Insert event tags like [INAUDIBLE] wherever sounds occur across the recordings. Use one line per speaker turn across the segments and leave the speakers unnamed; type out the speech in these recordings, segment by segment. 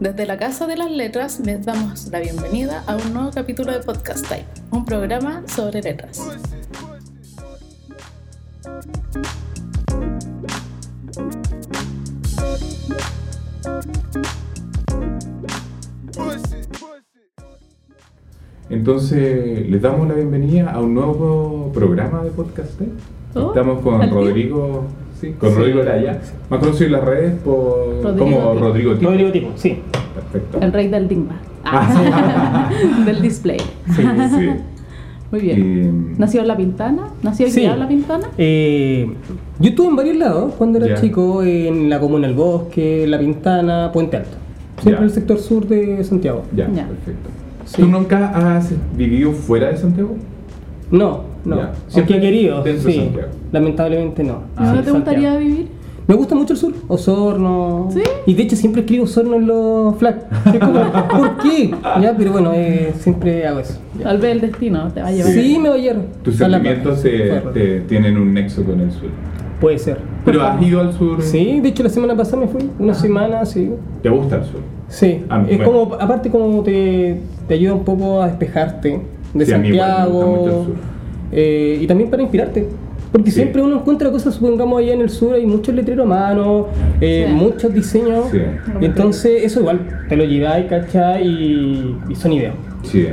Desde la Casa de las Letras les damos la bienvenida a un nuevo capítulo de Podcast Time, un programa sobre letras.
Entonces, les damos la bienvenida a un nuevo programa de podcast. ¿eh?
Oh,
Estamos con
al fin.
Rodrigo, sí, con Rodrigo Laya, más conocido en las redes por,
Rodrigo
como
Tipo.
Rodrigo Tipo.
Rodrigo Tipo, sí.
Perfecto.
El rey del Digma,
Ah,
[LAUGHS] del display.
sí, sí.
Muy bien.
Eh,
¿Nació en La Pintana? ¿Nació aquí
Sí.
en La Pintana?
Eh, yo estuve en varios lados cuando era
Ya.
chico, en la Comuna del Bosque, La Pintana, Puente Alto. Siempre
Ya.
en el sector sur de Santiago.
ya,
[LAUGHS] Ya.
perfecto.
Sí.
¿Tú nunca has vivido fuera de Santiago?
No, no.
Ya.
Aunque
Siempre
he querido,
dentro de
sí.
Santiago. Ah,
Lamentablemente no.
¿Y ¿No
Sí,
te gustaría
Santiago.
vivir?
Me gusta mucho el sur, Osorno.
¿Sí?
Y de hecho siempre escribo Osorno en los flags. Es como, ¿por qué? Ya, pero bueno, eh, siempre hago eso. Ya.
Tal vez el destino te va a llevar.
Sí, me oyeron.
Tus
A la
sentimientos
playa.
se-
Fue
te- tienen un nexo con el sur.
raro. Puede ser.
Pero has ido al
Mm.
sur.
Sí, de hecho la semana pasada me fui,
Ah.
una semana, sí.
¿Te gusta el sur?
Sí,
Ah,
es
bueno.
como, aparte como te, te ayuda un poco a despejarte de
Sí, a mí igual me gusta mucho el
Santiago
sur.
eh, y también para inspirarte. Porque
Sí.
siempre uno encuentra cosas, supongamos allá en el sur hay muchos letreros a mano, eh,
Sí.
muchos diseños.
Sí.
Entonces eso igual, te lo lleváis, ¿cachai? Y, y son ideas.
Sí.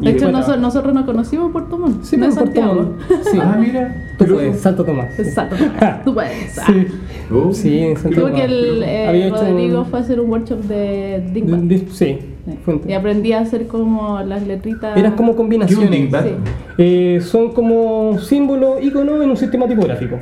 Y
De hecho,
después-
noso- nosotros nos conocimos por Puerto Montt.
Sí, pues,
no
pero
en
en Puerto
Santiago.
Montt. Sí. Pues,
Ah, mira.
Tú puedes, Santo Tomás. [LAUGHS]
Exacto. Tú puedes. Ah.
Sí,
Oh,
sí, en Santo
Creo
Tomás.
que el eh,
Había hecho
Rodrigo
un-
fue a hacer un workshop de Digma.
de- de- sí, fue un-
Y aprendí a hacer como las letritas.
Eran como
¿Qué un
combinaciones.
Dingbat?
Sí.
Eh, son como símbolos, iconos en un sistema tipográfico.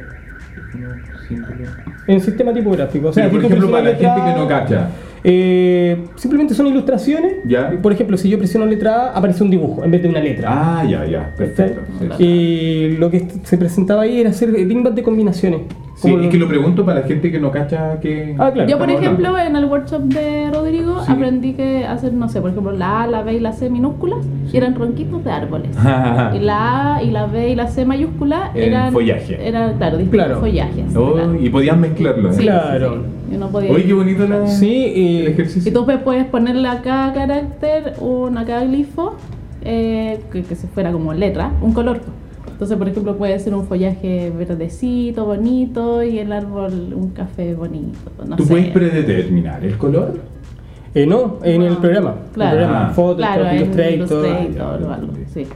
En un sistema tipográfico. O sea,
Pero, por
si tú
ejemplo, para la
presionas
gente que no
letra A,
cacha.
eh, simplemente son ilustraciones.
Ya.
Por ejemplo, si yo presiono letra A, aparece un dibujo en vez de una letra.
Ah, ya, ya.
¿Cachai?
Perfecto. Sí, sí.
Este, Y lo que se presentaba ahí era hacer bingbats de combinaciones.
Sí,
Como
es que lo pregunto para la gente que no cacha que.
Ah, claro.
Yo, por
estamos
ejemplo,
hablando.
en el workshop de Rodrigo
Sí.
aprendí que hacer, no sé, por ejemplo, la A, la B y la C minúsculas eran ronquitos de árboles. [LAUGHS] Y la A y la B y la C mayúscula
Eran
eran.
follaje.
Eran, claro, distintos
Claro.
follajes.
[LAUGHS] Oh, y podían mezclarlo. ¿eh?
Sí,
Claro.
sí. Yo no podía.
Oye, qué bonito la...
Sí, eh,
el ejercicio.
Y tú pues, puedes ponerle a cada carácter, un, a cada glifo, eh, que, que se fuera como letra, un color. Entonces, por ejemplo, puede ser un follaje verdecito, bonito, y el árbol un café bonito. No
¿Tú
sé.
puedes predeterminar el color?
Eh, no, en el
No.
programa.
Claro.
El programa,
Ah.
Photoshop,
Claro, en
Illustrator.
Illustrator o algo, sí.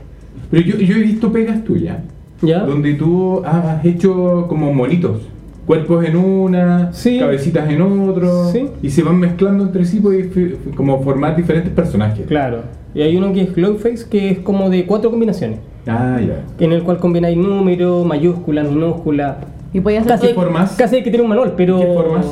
Pero yo, yo he visto pegas tuyas,
¿Ya?
donde tú has hecho como monitos. Cuerpos en una,
Sí.
cabecitas en otro,
Sí.
y se van mezclando entre sí pues, f- f- como formar diferentes personajes.
Claro. Y hay uno que es Glowface, que es como de cuatro combinaciones.
Ah, ya.
en el cual combináis número, mayúscula, minúscula.
Y podías hacer
Casi,
¿Qué formas?
casi que tiene un manual, pero.
¿Qué formas?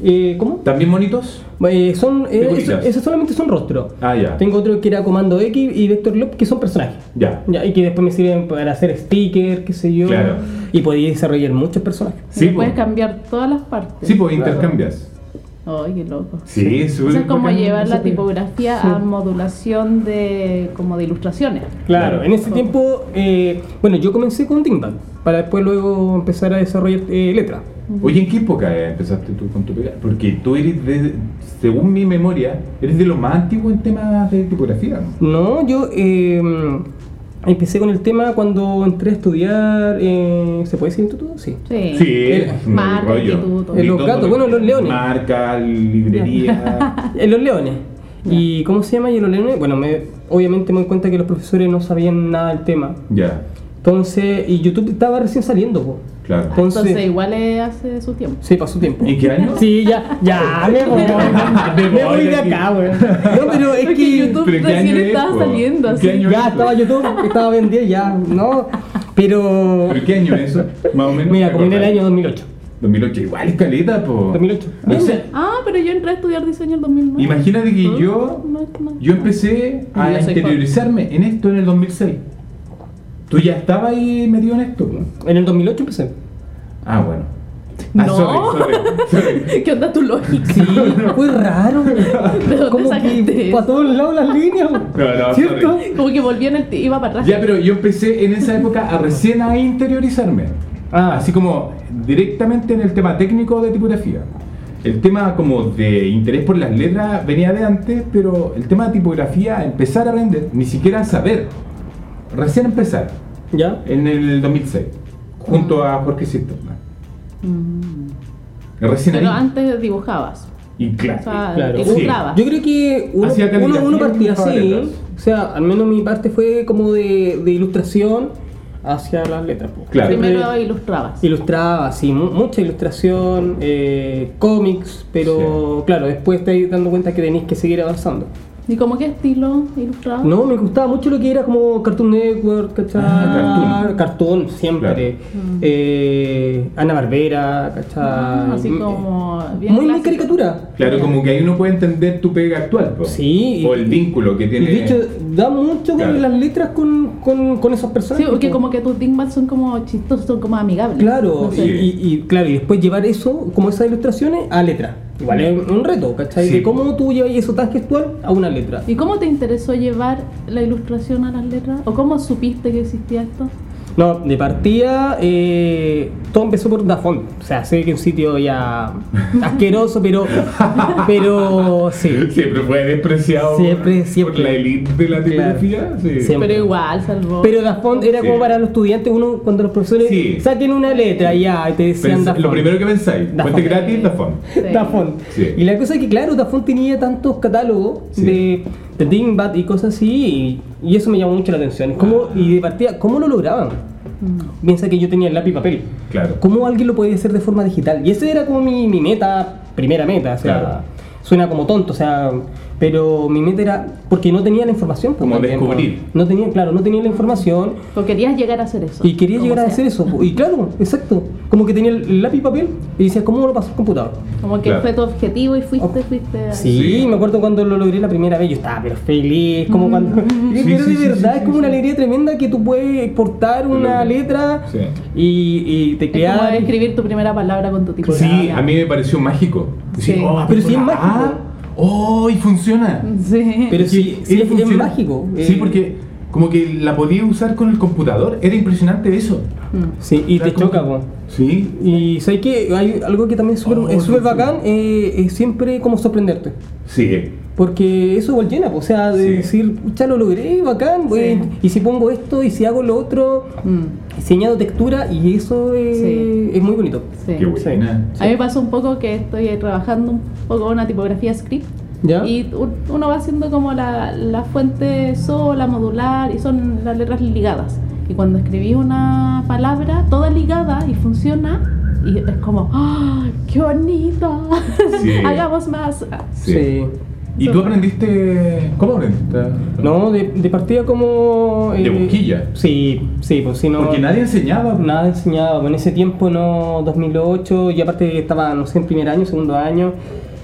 Eh, ¿Cómo?
¿También monitos?
Eh, son, eh,
Figuritas.
eso- esos solamente son rostros.
Ah, ya.
Tengo otro que era Comando X y Vector Loop, que son personajes.
Ya.
Ya, y que después me sirven para hacer stickers, qué sé yo.
Claro.
Y podía desarrollar muchos personajes.
y
Sí,
le puedes
po.
cambiar todas las partes.
Sí, pues intercambias.
Ay, qué loco.
Sí, es
Eso es como
bacán.
llevar la
súper.
tipografía
Sí.
a modulación de como de ilustraciones.
Claro,
Claro.
en ese tiempo, eh, bueno, yo comencé con Dingbat, para después luego empezar a desarrollar eh, letras.
Oye, ¿en qué época eh, empezaste tú con tu pega? Porque tú eres, de, según mi memoria, eres de lo más antiguo en temas de tipografía. ¿no?
No, yo eh, empecé con el tema cuando entré a estudiar. eh, ¿Se puede decir instituto? Sí.
Sí.
es un
Marca,
rollo.
instituto.
Eh,
Y
los
todo
gatos,
lo-
bueno, los leones.
Marca, librería.
En Eh, Los Leones. ¿Y cómo se llama? Y en Los Leones, bueno, me- obviamente me doy cuenta que los profesores no sabían nada del tema.
[LAUGHS] ya,
Entonces, y YouTube estaba recién saliendo, po.
claro.
Ah, Entonces,
Entonces, igual eh, hace su tiempo.
sí, pasó tiempo.
¿En qué año?
[LAUGHS] Sí, ya, [LAUGHS] ya, me voy, me
Me voy
voy de
de aquí.
acá, weón. No, pero es
Porque
que
YouTube
¿pero qué
recién
año es,
estaba
po?
saliendo
¿Qué
así.
año
ya estaba YouTube, estaba vendido, ya, no. Pero,
¿Pero qué año es eso? Más o menos.
mira,
¿te
como en el
acordás?
año 2008.
2008, igual es caleta, po.
2008.
O sea,
Ah, pero yo entré a estudiar diseño en 2009.
Imagínate pues, que
¿Ah?
No,
yo-
no, no.
yo
[LAUGHS]
empecé a
Yo soy
interiorizarme en esto en el 2006. ¿Tú ya estabas ahí metido en esto? po?
En el 2008 empecé.
Ah, bueno. Ah,
no.
sorry, sorry, sorry.
¿Qué onda tu lógica?
Sí, fue
[LAUGHS]
raro. ¿De
dónde
Como
sacaste
que para todos lados las líneas.
No, no,
¿Cierto?
sorry.
Como que volví en el. iba para atrás.
Ya, pero yo empecé en esa época a recién a interiorizarme.
Ah.
Así como directamente en el tema técnico de tipografía. El tema como de interés por las letras venía de antes, pero el tema de tipografía, empezar a aprender, ni siquiera a saber. Recién empezar,
Ya.
en el 2006, junto a Jorge Sisterna.
Mm.
Recién
Pero
ahí.
antes dibujabas.
Y
O sea,
claro.
Claro.
ilustrabas.
Yo creo que uno,
Hacía
uno,
caligrafía
uno
y
partía
dibujaba letras.
así. O sea, al menos mi parte fue como de, de ilustración hacia las letras. po.
Claro.
Primero ilustrabas.
Ilustraba, sí, mu- mucha ilustración, eh, cómics, pero claro, después te vas dando cuenta que tenéis que seguir avanzando.
¿Y cómo qué estilo ilustrabas?
No, me gustaba mucho lo que era como Cartoon Network, ¿cachai?
Ah,
cartoon.
cartoon.
siempre.
Claro.
Eh, Ana Barbera, ¿cachai?
Mm.
Mm.
Ah, así como bien
eh, Muy, muy
clásico.
caricatura.
Claro, como que ahí uno puede entender tu pega actual, po.
Sí.
O el vínculo que tiene.
Y de hecho, da mucho
Claro.
con las letras con, con, con esas personas.
Sí, porque como que tus dingbats son como chistosos, son como amigables.
Claro,
No sé.
y, y- y claro, y después llevar eso, como esas ilustraciones, a letra. Igual es un reto, ¿cachai?
Mm. Sí.
De cómo tú llevas eso tan gestual a una letra.
¿Y cómo te interesó llevar la ilustración a las letras? ¿O cómo supiste que existía esto?
No, de partida, eh, todo empezó por Dafont. O sea, sé que es un
[LAUGHS]
sitio ya asqueroso, pero, pero sí.
[LAUGHS] Siempre fue despreciado
Siempre,
por
siempre.
la elite de la tipografía. Sí.
Siempre.
Pero igual, salvó.
Pero Dafont era como
Sí.
para los estudiantes, uno cuando los profesores
Sí.
saquen una letra ya, y te decían
Pens-
Dafont.
lo primero que pensáis,
Da
fuente
font.
gratis, la font.
Sí.
Dafont.
Sí.
Y la cosa es que, claro, Dafont tenía tantos catálogos
Sí.
de, de Dingbat y cosas así, y, y eso me llamó mucho la atención. ¿Cómo,
Ah.
y de partida, ¿cómo lo lograban?
Mm.
Piensa que yo tenía el lápiz y papel.
Claro.
¿Cómo alguien lo podía hacer de forma digital? Y esa era como mi, mi meta, primera meta, o sea,
Claro.
suena como tonto, o sea, pero mi meta era, porque no tenía la información. por
Como
tanto tiempo.
descubrir.
No tenía, claro, no tenía la información,
¿O querías llegar a hacer eso?
y quería
Como
llegar a
sea.
hacer eso. pues, Y claro, exacto. Como que tenía el lápiz y papel y decía, ¿cómo lo pasó al computador?
Como que
Claro.
fue tu objetivo y fuiste,
Oh.
fuiste. a-
Sí,
Sí.
me acuerdo cuando lo logré la primera vez, yo estaba pero feliz,
Mm.
como
[LAUGHS]
cuando...
Sí,
pero
sí,
de
sí,
verdad
sí,
es como
sí,
una
sí.
alegría tremenda que tú puedes exportar
Lo
una
logré.
letra
Sí.
y, y
Es como
teclear...
escribir tu primera palabra con tu tipo
Sí, a mí me pareció mágico. Decir,
Sí. Mm.
oh,
Pero sí es
ah,
mágico.
¡Oh! Y funciona.
Sí.
Pero sí, sí
Él
es, es
funciona.
mágico.
Sí,
eh,
porque como que la podía usar con el computador. Era impresionante eso.
Mm.
Sí, y
Era
te
como-
choca, po.
Sí.
Y sabes que hay algo que también es súper
Oh,
es súper
sí, sí.
bacán, eh, es siempre como sorprenderte.
Sí.
Porque eso igual llena, po, o sea, de
Sí.
decir, ya lo logré, bacán, pues,
Sí.
y si pongo esto, y si hago lo otro,
Mm.
y si añado textura, y eso es,
Sí.
es muy bonito.
Sí.
Qué buena.
A mí me pasó un poco que estoy eh, trabajando un poco una tipografía script
¿Ya?
y un- uno va haciendo como la, la fuente sola, modular y son las letras ligadas. Y cuando escribí una palabra toda ligada y funciona, y es como, ¡ah! ¡Qué bonito!
Sí.
[LAUGHS] Hagamos más.
Sí. ¿Y tú aprendiste? ¿Cómo aprendiste?
No, de, de partida como... eh,
De boquilla.
Sí, sí, pues si no...
Porque nadie enseñaba.
Nada enseñaba, pues, en ese tiempo no, 2008, y aparte estaba, no sé, en primer año, segundo año,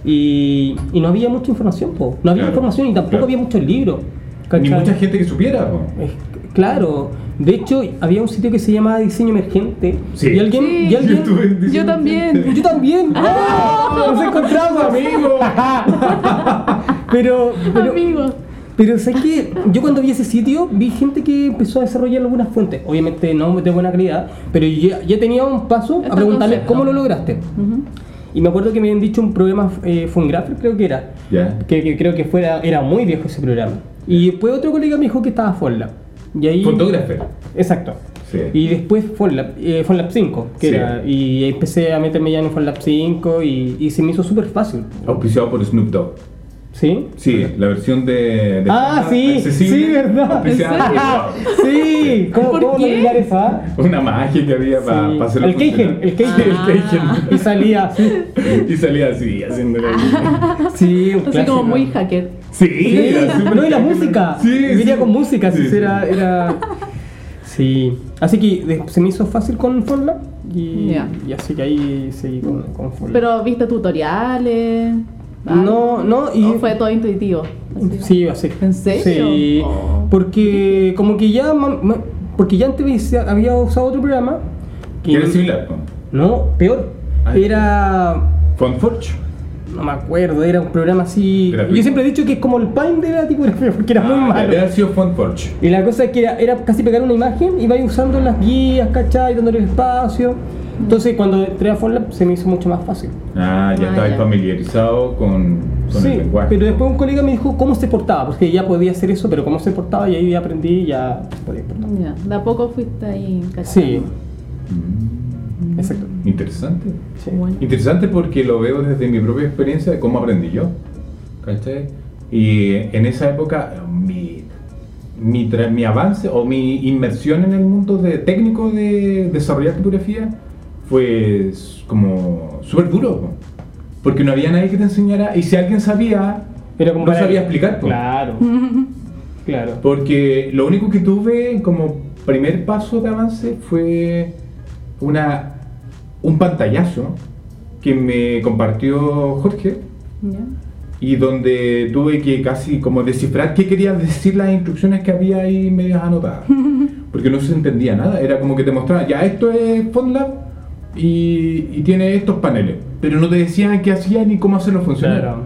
y, y no había mucha información, po. no había
Claro,
información y tampoco
claro.
había muchos libros.
Ni
¿cachai?
mucha gente que supiera. po.
Eh, Claro, de hecho había un sitio que se llamaba Diseño Emergente,
Sí.
y alguien...
Sí.
Y
Yo [LAUGHS]
alguien
estuve en diseño
Yo
[LAUGHS]
también.
yo también, ¡Ah! nos encontramos amigos. pero, pero,
Amigos.
pero sabes que yo cuando vi ese sitio vi gente que empezó a desarrollar algunas fuentes, obviamente no de buena calidad, pero ya, ya tenía un paso
Está
a
el
preguntarle
concepto.
cómo lo lograste.
Ujú.
Y me acuerdo que me habían dicho un programa eh, Fungrapher, creo que era,
[LAUGHS] Ya.
que, que creo que fuera era muy viejo ese programa. Y después otro colega me dijo que estaba Forlab. Y ahí
Fotógrafo.
Exacto.
Sí.
Y después Forlap, eh, Forlap 5, que
Sí.
era, y empecé a meterme ya en Forlap 5 y, y se me hizo súper fácil.
Auspiciado por Snoop Dogg.
¿Sí?
Sí, la versión de. de
Ah, sí,
accesible,
sí, verdad.
auspiciada por
Sí, ¿cómo,
¿Por
cómo
qué?
olvidar eso? ah?
Dogg. Una magia que había para
Sí.
hacerlo.
El Keigen,
funcionar.
el Keigen.
Ah.
Y salía
[LAUGHS]
así.
Y salía así, haciéndolo. ahí.
Sí, un
Así
clásico.
como muy hacker.
[LAUGHS] Sí,
Ah. Sí,
era súper
no, y la
genial.
música.
Sí,
Venía
sí.
con música,
Sí,
sí,
sí.
Era, era. Sí. Así que de- se me hizo fácil con Forlap y,
Ya.
y así que ahí seguí con, con Forlap.
Pero viste tutoriales.
No, no, y-
¿O fue todo intuitivo. Así.
Sí, así.
¿En serio?
Sí,
Oh.
porque como que ya ma- ma- porque ya antes había- había usado otro programa
¿Quieres similar?
no, peor, Era.
Fontforge.
No me acuerdo, era un programa así.
Gratuito.
Yo siempre he dicho que es como el Paint de la tipografía, [LAUGHS] porque era muy
Ah,
malo.
Había sido Fontforge.
Y la cosa es que era, era casi pegar una imagen y vais usando las guías, ¿cachai? Dándole espacio. Entonces, cuando entré a ForLab se me hizo mucho más fácil.
Ah, ya
Ah,
estabais
ya.
familiarizado con, con el
Sí,
lenguaje.
pero después un colega me dijo cómo se portaba, porque ya podía hacer eso, pero cómo se portaba y ahí aprendí y ya podía portar.
Ya, de a poco fuiste ahí cachando.
Sí,
Mm,
exacto.
interesante.
Sí.
Bueno.
Interesante porque lo veo desde mi propia experiencia de cómo aprendí yo. ¿Cachai? Y en esa época mi, mi, tra- mi avance o mi inmersión en el mundo de técnico de desarrollar tipografía fue s- como súper duro. po. Porque no había nadie que te enseñara y si alguien sabía,
Era como
no
para-
sabía explicar. po.
Claro, claro.
Porque lo único que tuve como primer paso de avance fue una, un pantallazo que me compartió Jorge
[LAUGHS] Ya.
y donde tuve que casi como descifrar qué querían decir las instrucciones que había ahí medias anotadas. Porque no se entendía nada, era como que te mostraban, ya esto es FontLab y, y tiene estos paneles, pero no te decían qué hacía ni cómo hacerlo funcionar.
Claro.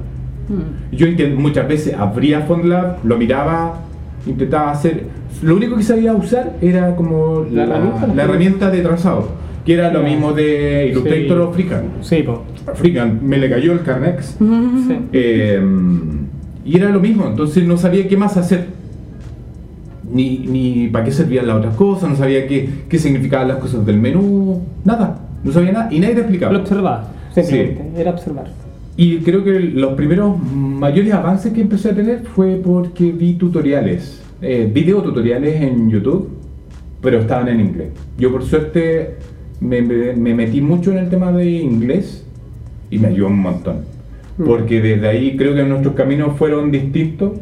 Mm.
Yo intent- muchas veces abría FontLab, lo miraba, intentaba hacer. Lo único que sabía usar era como la,
La herramienta.
la herramienta de trazado, que era lo
Ya.
mismo de Illustrator o Freecam.
Sí, po.
Freecam, me le cayó el Carnex.
Sí.
Eh, y era lo mismo, entonces no sabía qué más hacer. Ni, ni para qué servían las otras cosas, no sabía qué, qué significaban las cosas del menú, nada, no sabía nada y nadie te explicaba.
Lo observaba, simplemente. Era observar.
Y creo que los primeros mayores avances que empecé a tener fue porque vi tutoriales, eh, video tutoriales en YouTube, pero estaban en inglés. Yo por suerte me, me- me metí mucho en el tema de inglés y me ayudó un montón.
Mm.
Porque desde ahí creo que nuestros caminos fueron distintos,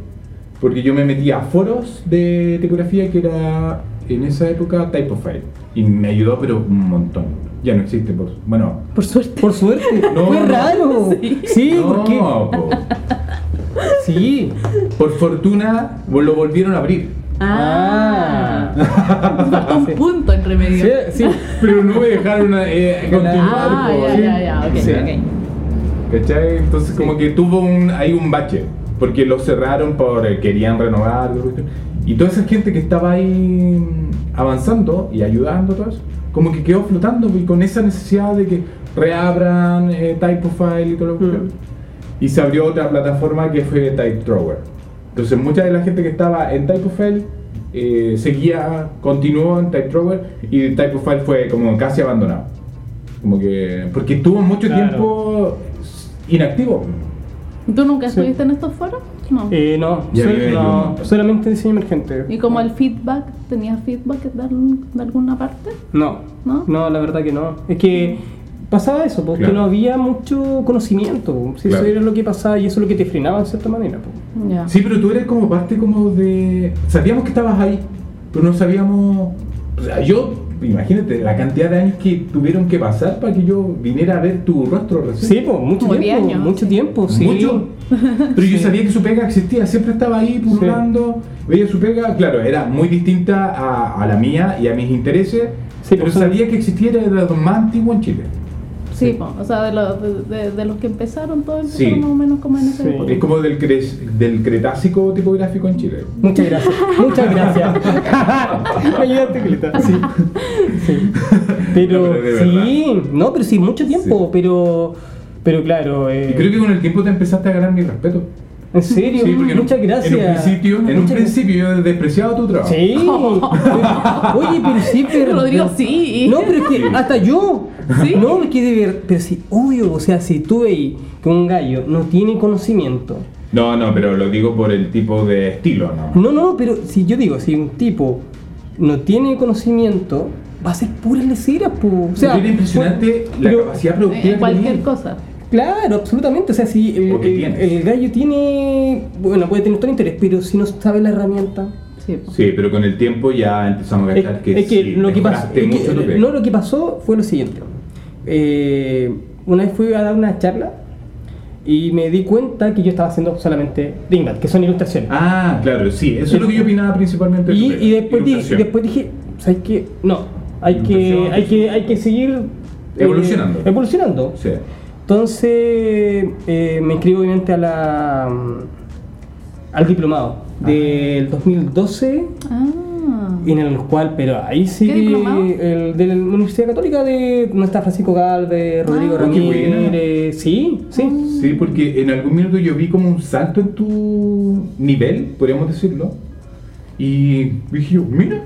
porque yo me metí a foros de tipografía que era en esa época Typofile y me ayudó pero un montón. Ya no existe, por, bueno,
Por suerte.
Por suerte,
No.
[LAUGHS] fue [LAUGHS] raro. Sí, porque.
[LAUGHS]
no, po.
Sí.
Por fortuna lo volvieron a abrir.
Ah. Faltó un
Sí.
punto entre medio.
Sí, sí.
Pero no me dejaron eh, continuar.
Ah,
po,
ya,
¿sí?
ya, ya, ok,
Sí.
ok.
¿Cachai? Entonces como que tuvo un, hay un bache. Porque lo cerraron por eh, querían renovar. Y toda esa gente que estaba ahí mm, avanzando y ayudando, todo eso, como que quedó flotando y con esa necesidad de que reabran eh, Typefile y todo lo que
Mm.
Y se abrió otra plataforma que fue Typedrawer. Entonces mucha de la gente que estaba en Typefile eh, seguía, continuó en Typedrawer y Typefile fue como casi abandonado. Como que, porque estuvo mucho
Claro.
tiempo inactivo.
¿Tú nunca
Sí.
estuviste en estos foros? No.
Eh, no,
Ya
sol-
vive
no,
yo.
solamente diseño emergente.
¿Y como el feedback? ¿Tenías feedback de, al- de alguna parte?
No,
¿No?
no, la verdad que no. Es que pasaba eso, porque
Claro.
no había mucho conocimiento. po. Si
Claro.
Eso era lo que pasaba y eso es lo que te frenaba en cierta manera. po.
Ya.
Sí, pero tú eres como parte como de... Sabíamos que estabas ahí, pero no sabíamos... O sea, yo, imagínate, la cantidad de años que tuvieron que pasar para que yo viniera a ver tu rostro recién.
Sí, pues, po, mucho
Como diez
tiempo.
años,
mucho
sí.
tiempo, sí. [LAUGHS]
Mucho. Pero yo sabía que su pega existía, siempre estaba ahí pululando, veía su pega, claro, era muy distinta a, a la mía y a mis intereses,
Sí,
pero
pues,
sabía que existía era de los más antiguos en Chile.
Sí, po, o sea, de los, de, de- de los que empezaron, todos
Sí.
empezaron más o menos como en ese
Sí.
Es como del, cres- del Cretácico tipográfico en Chile.
Muchas gracias.
[LAUGHS]
Muchas gracias. Me ayudaste, Cleta. Sí. sí. [LAUGHS] Pero,
No, pero de
sí, no, pero sí, mucho tiempo,
Sí.
pero pero claro, eh,
Y creo que con el tiempo te empezaste a ganar mi respeto.
en serio,
porque en un-
muchas gracias.
En un principio, en un
Muchas gracias.
principio yo despreciaba tu trabajo.
Sí.
[LAUGHS]
Oye, pero sí, pero.
Oh. Rodrigo, sí.
No, pero es que hasta yo.
Sí.
No, es que de ver. Pero sí, obvio, o sea, si tú veis que un gallo no tiene conocimiento.
No, no, pero lo digo por el tipo de estilo, ¿no?
No, no, pero si yo digo, si un tipo no tiene conocimiento, va a ser puras leceras, po. O sea,
Era impresionante
pues,
la
pero-
capacidad
En-
productiva
en
que
Eh, cualquier
tenía.
cosa.
Claro, absolutamente. O sea, si el,
O que
el-
tienes.
el gallo tiene. Bueno, puede tener todo interés, pero si no sabe la herramienta.
Sí, po.
Sí, pero con el tiempo ya empezamos a
Es,
cachar que
es que
sí,
lo que pasó,
mejoraste
es que-
mucho tu pega.
no, lo que pasó fue lo siguiente. Eh, una vez fui a dar una charla y me di cuenta que yo estaba haciendo solamente Dingat, que son ilustraciones.
Ah, claro, sí, eso es lo que yo opinaba principalmente. de tu
y,
pega,
y después, dije,
ilustración.
después dije, ¿sabes qué? No, hay que,
Ilustración.
hay que, hay que seguir
Evolucionando.
eh, evolucionando.
Sí.
Entonces eh, me inscribo obviamente a la, mm, al diplomado
Ah.
del 2012,
Ah.
en el cual, pero ahí sí
¿Qué
que
diplomado?
el, de la Universidad Católica de donde está Francisco Galvez, Rodrigo
Ah.
Oh, qué
Ramírez, sí, sí.
Sí, porque en algún minuto yo vi como un salto en tu nivel, podríamos decirlo. Y dije yo, mira,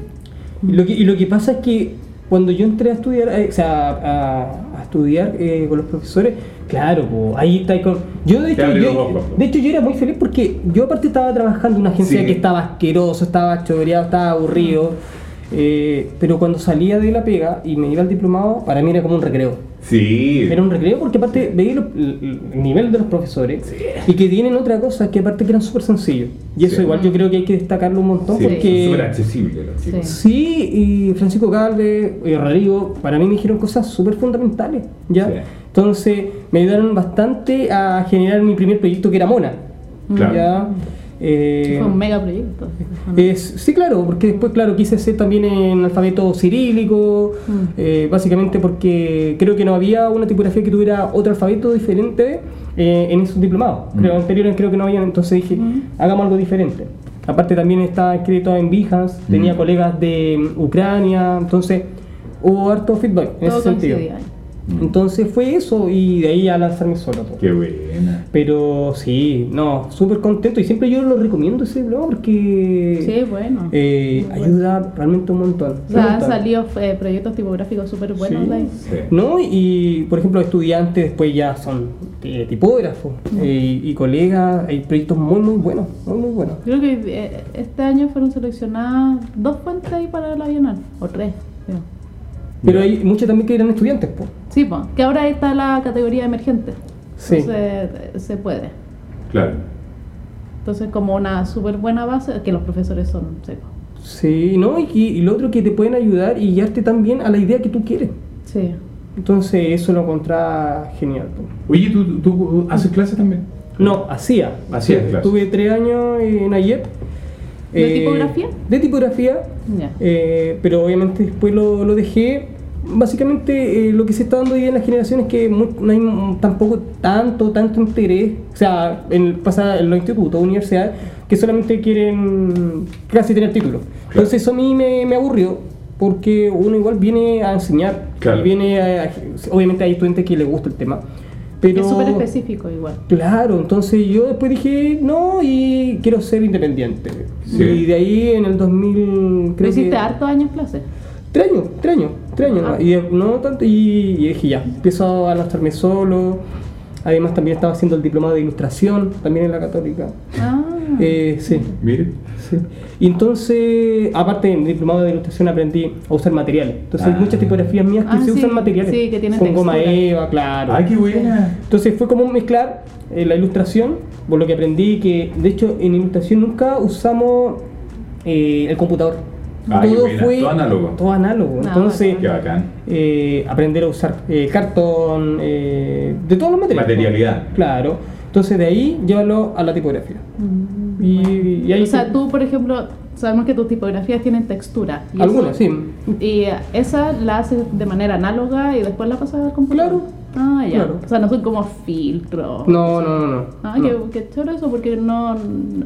Y lo que, y lo que pasa es que cuando yo entré a estudiar, eh, o sea, a, a estudiar eh, con los profesores, claro, po, ahí está. ahí Con, yo, de
Te
hecho,
abre
yo-
los ojos, po.
de hecho, yo era muy feliz porque yo, aparte, estaba trabajando en una agencia
Sí.
que estaba asqueroso, estaba choreado, estaba aburrido.
Mm.
eh, pero cuando salía de la pega y me iba al diplomado, para mí era como un recreo.
sí.
Era un recreo porque aparte veía lo- el, el nivel de los profesores y que tienen otra cosa que aparte que eran súper sencillos. Y eso
Sí.
igual yo creo que hay que destacarlo un montón
Sí,
porque...
súper accesible los chicos.
Sí.
Sí, y Francisco Calve y Rodrigo, para mí me dijeron cosas súper fundamentales, ¿ya?
Sí.
Entonces, me ayudaron bastante a generar mi primer proyecto que era Mona,
Claro.
¿ya? Eh,
Mm. Fue un mega proyecto.
es- sí, claro, porque después, claro, quise hacer también en alfabeto cirílico,
Mm.
eh, básicamente porque creo que no había una tipografía que tuviera otro alfabeto diferente eh, en esos diplomados.
Mm.
Creo, anteriores creo que no habían, entonces dije,
Mm.
hagamos algo diferente. Aparte también estaba escrito en Behance, tenía
Mm.
colegas de mm, Ucrania, entonces hubo harto feedback en
Todo
ese sentido.
coincidía.
Mm.
Entonces fue eso y de ahí a lanzarme solo. po.
Qué buena.
Pero sí, no, súper contento y siempre yo lo recomiendo ese blog porque...
Sí, bueno.
Eh,
Muy bueno.
ayuda realmente un montón.
O sea, han
Pregunta.
salido eh, proyectos tipográficos súper buenos
Sí.
de ahí.
Sí.
¿No? Y por ejemplo, estudiantes después ya son eh, tipógrafos eh, y, y colegas. Hay proyectos muy, muy buenos. Muy, muy buenos.
Creo que eh, este año fueron seleccionadas dos fuentes ahí para la Bienal, o tres, creo.
Pero
Ya.
hay muchos también que eran estudiantes. po.
Sí, pues, que ahora está la categoría emergente.
Sí.
Entonces, eh, se puede.
Claro.
Entonces, como una súper buena base, que los profesores son secos.
Sí, ¿no? Y, y lo otro que te pueden ayudar y guiarte también a la idea que tú quieres.
Sí.
Entonces, eso lo encontrás genial. po.
Oye, ¿tú, tú haces clases también?
No, hacía.
Hacía,
Tuve-
claro.
Tuve tres años en AYEP. Eh,
¿De tipografía?
De tipografía.
Ya.
Eh, pero obviamente después lo, lo dejé. Básicamente eh, lo que se está dando hoy día en las generaciones es que mu- no hay mm, tampoco tanto, tanto interés, o sea, en, pasa en los institutos, universidades, que solamente quieren casi tener título. Entonces eso a mí me, me aburrió, porque uno igual viene a enseñar,
Claro.
y viene a- a- obviamente hay estudiantes que les gusta el tema, pero...
Es súper específico igual.
Claro, entonces yo después dije, no, y quiero ser independiente.
Sí.
Y de ahí en el 2000...
Pero
Creo
hiciste
que,
hartos años
[LAUGHS]
clases.
Tres años, tres años, tres años.
Ah.
Y eh, no tanto, y, y dije ya, empiezo a lanzarme solo. Además también estaba haciendo el diplomado de ilustración, también en la católica.
Ah.
Eh, sí,
Mire.
sí. Y entonces, aparte en el diplomado de ilustración aprendí a usar materiales. Entonces
Ah.
hay muchas tipografías mías que
Ah,
se
sí,
usan materiales.
sí, que tienen
Con goma
textura.
eva, claro.
¡Ay, Ah, qué buena!
Entonces fue como mezclar eh, la ilustración, por lo que aprendí que, de hecho, en ilustración nunca usamos eh, el computador.
Ah, qué buena, todo análogo.
Todo análogo.
Ah,
Entonces,
Qué bacán.
eh, aprender a usar eh, cartón, eh, de todos los materiales.
Materialidad.
Claro. Entonces de ahí llévalo a la tipografía.
Mm.
Y, y ahí...
O sea, tú, por ejemplo, sabemos que tus tipografías tienen textura. y
Algunas,
eso-
sí.
Y eh, esa la haces de manera análoga y después la pasas al computador.
Claro.
Ah, ya.
Claro.
O sea, no son como filtros.
No, no, no, no.
Ah,
no.
Qué, qué choro eso, porque no,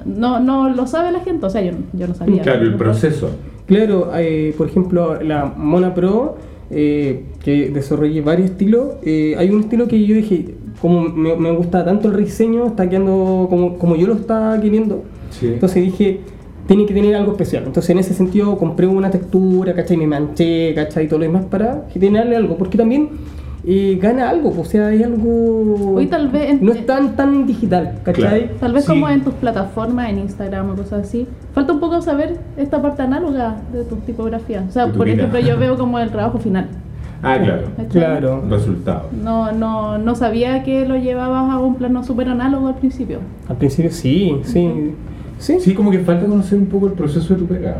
no, no lo sabe la gente. O sea, yo, yo no sabía.
Claro, el proceso.
Claro, eh, por ejemplo, la Mona Pro, eh, que desarrollé varios estilos, eh, hay un estilo que yo dije, como me, me gusta tanto el diseño, está quedando como, como yo lo estaba queriendo.
Sí.
Entonces dije, tiene que tener algo especial. Entonces en ese sentido compré una textura, ¿cachai? Me manché, ¿cachai? Y todo lo demás para generarle algo, porque también eh, gana algo, o sea, hay algo...
Hoy tal vez en-
No es tan, tan digital, ¿cachai?
Claro.
Tal vez
Sí.
como en tus plataformas, en Instagram o cosas así. Falta un poco saber esta parte análoga de tus tipografías. O sea,
De tu
por
vida.
ejemplo,
[LAUGHS]
yo veo como el trabajo final.
Ah, claro.
¿cachai?
Claro.
Resultado.
No, no, no sabía que lo llevabas a un plano súper análogo al principio.
Al principio sí, sí. Sí,
Sí, como que falta conocer un poco el proceso de tu pega.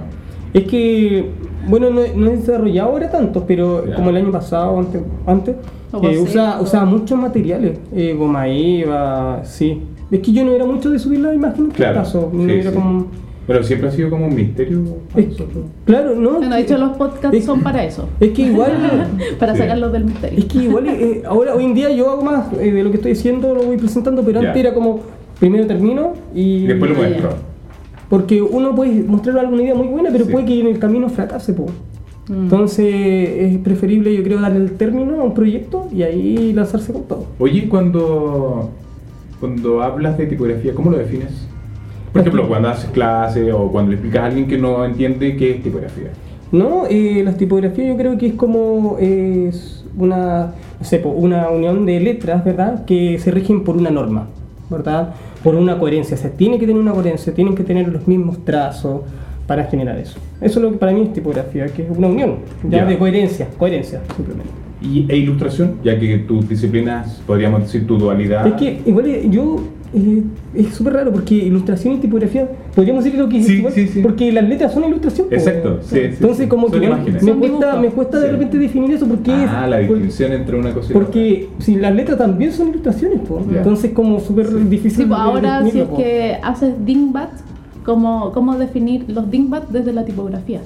Es que, bueno, no, no he desarrollado ahora tanto, pero
Ya.
como el año pasado, antes, antes
O
eh,
boceto.
usaba, usaba muchos materiales, eh, goma eva, sí. Es que yo no era mucho de subir la imagen en todo
Claro,
caso, no
sí,
era
sí.
como...
Pero siempre ha sido como un misterio para
Es que-
nosotros.
claro, no.
Bueno, de hecho los podcasts son para eso.
Es que igual.
[LAUGHS] Para
Sí.
sacarlos del misterio.
Es que igual eh, ahora hoy en día yo hago más eh, de lo que estoy haciendo, lo voy presentando, pero
Ya.
antes era como primero termino y
Y después lo
Ah, ya.
muestro.
porque uno puede mostrar alguna idea muy buena, pero
Sí.
puede que en el camino fracase, po.
Mm.
Entonces es preferible yo creo darle el término a un proyecto y ahí lanzarse con todo.
Oye, cuando, cuando hablas de tipografía, ¿cómo lo defines? Por ejemplo, cuando haces clases o cuando le explicas a alguien que no entiende qué es tipografía.
No, eh, las tipografías yo creo que es como eh, es una, no sé, po, una unión de letras, ¿verdad? Que se rigen por una norma, ¿verdad? Por una coherencia. O sea, tiene que tener una coherencia, tienen que tener los mismos trazos para generar eso. Eso es lo que para mí es tipografía, que es una unión ya,
Ya.
de coherencia, coherencia, simplemente.
Y, e ilustración, ya que tus disciplinas, podríamos decir, tu dualidad.
Es que igual eh, yo eh, es súper raro porque ilustración y tipografía podríamos decir lo que es
Sí,
igual,
sí, sí.
porque las letras son ilustración. po.
Exacto, sí, sí,
Entonces
sí.
como
Son
que igual
imágenes.
me
Son
cuesta,
dibujos.
me cuesta de
Sí.
repente definir eso porque es-
ah, la
por-
distinción entre una cosa y otra.
porque si las letras también son ilustraciones, po.
Ya.
entonces como súper
Sí.
difícil.
Sí, pues,
de
ahora si
definirlo,
es
po.
que haces dingbats, ¿cómo, ¿cómo definir los dingbats desde la tipografía?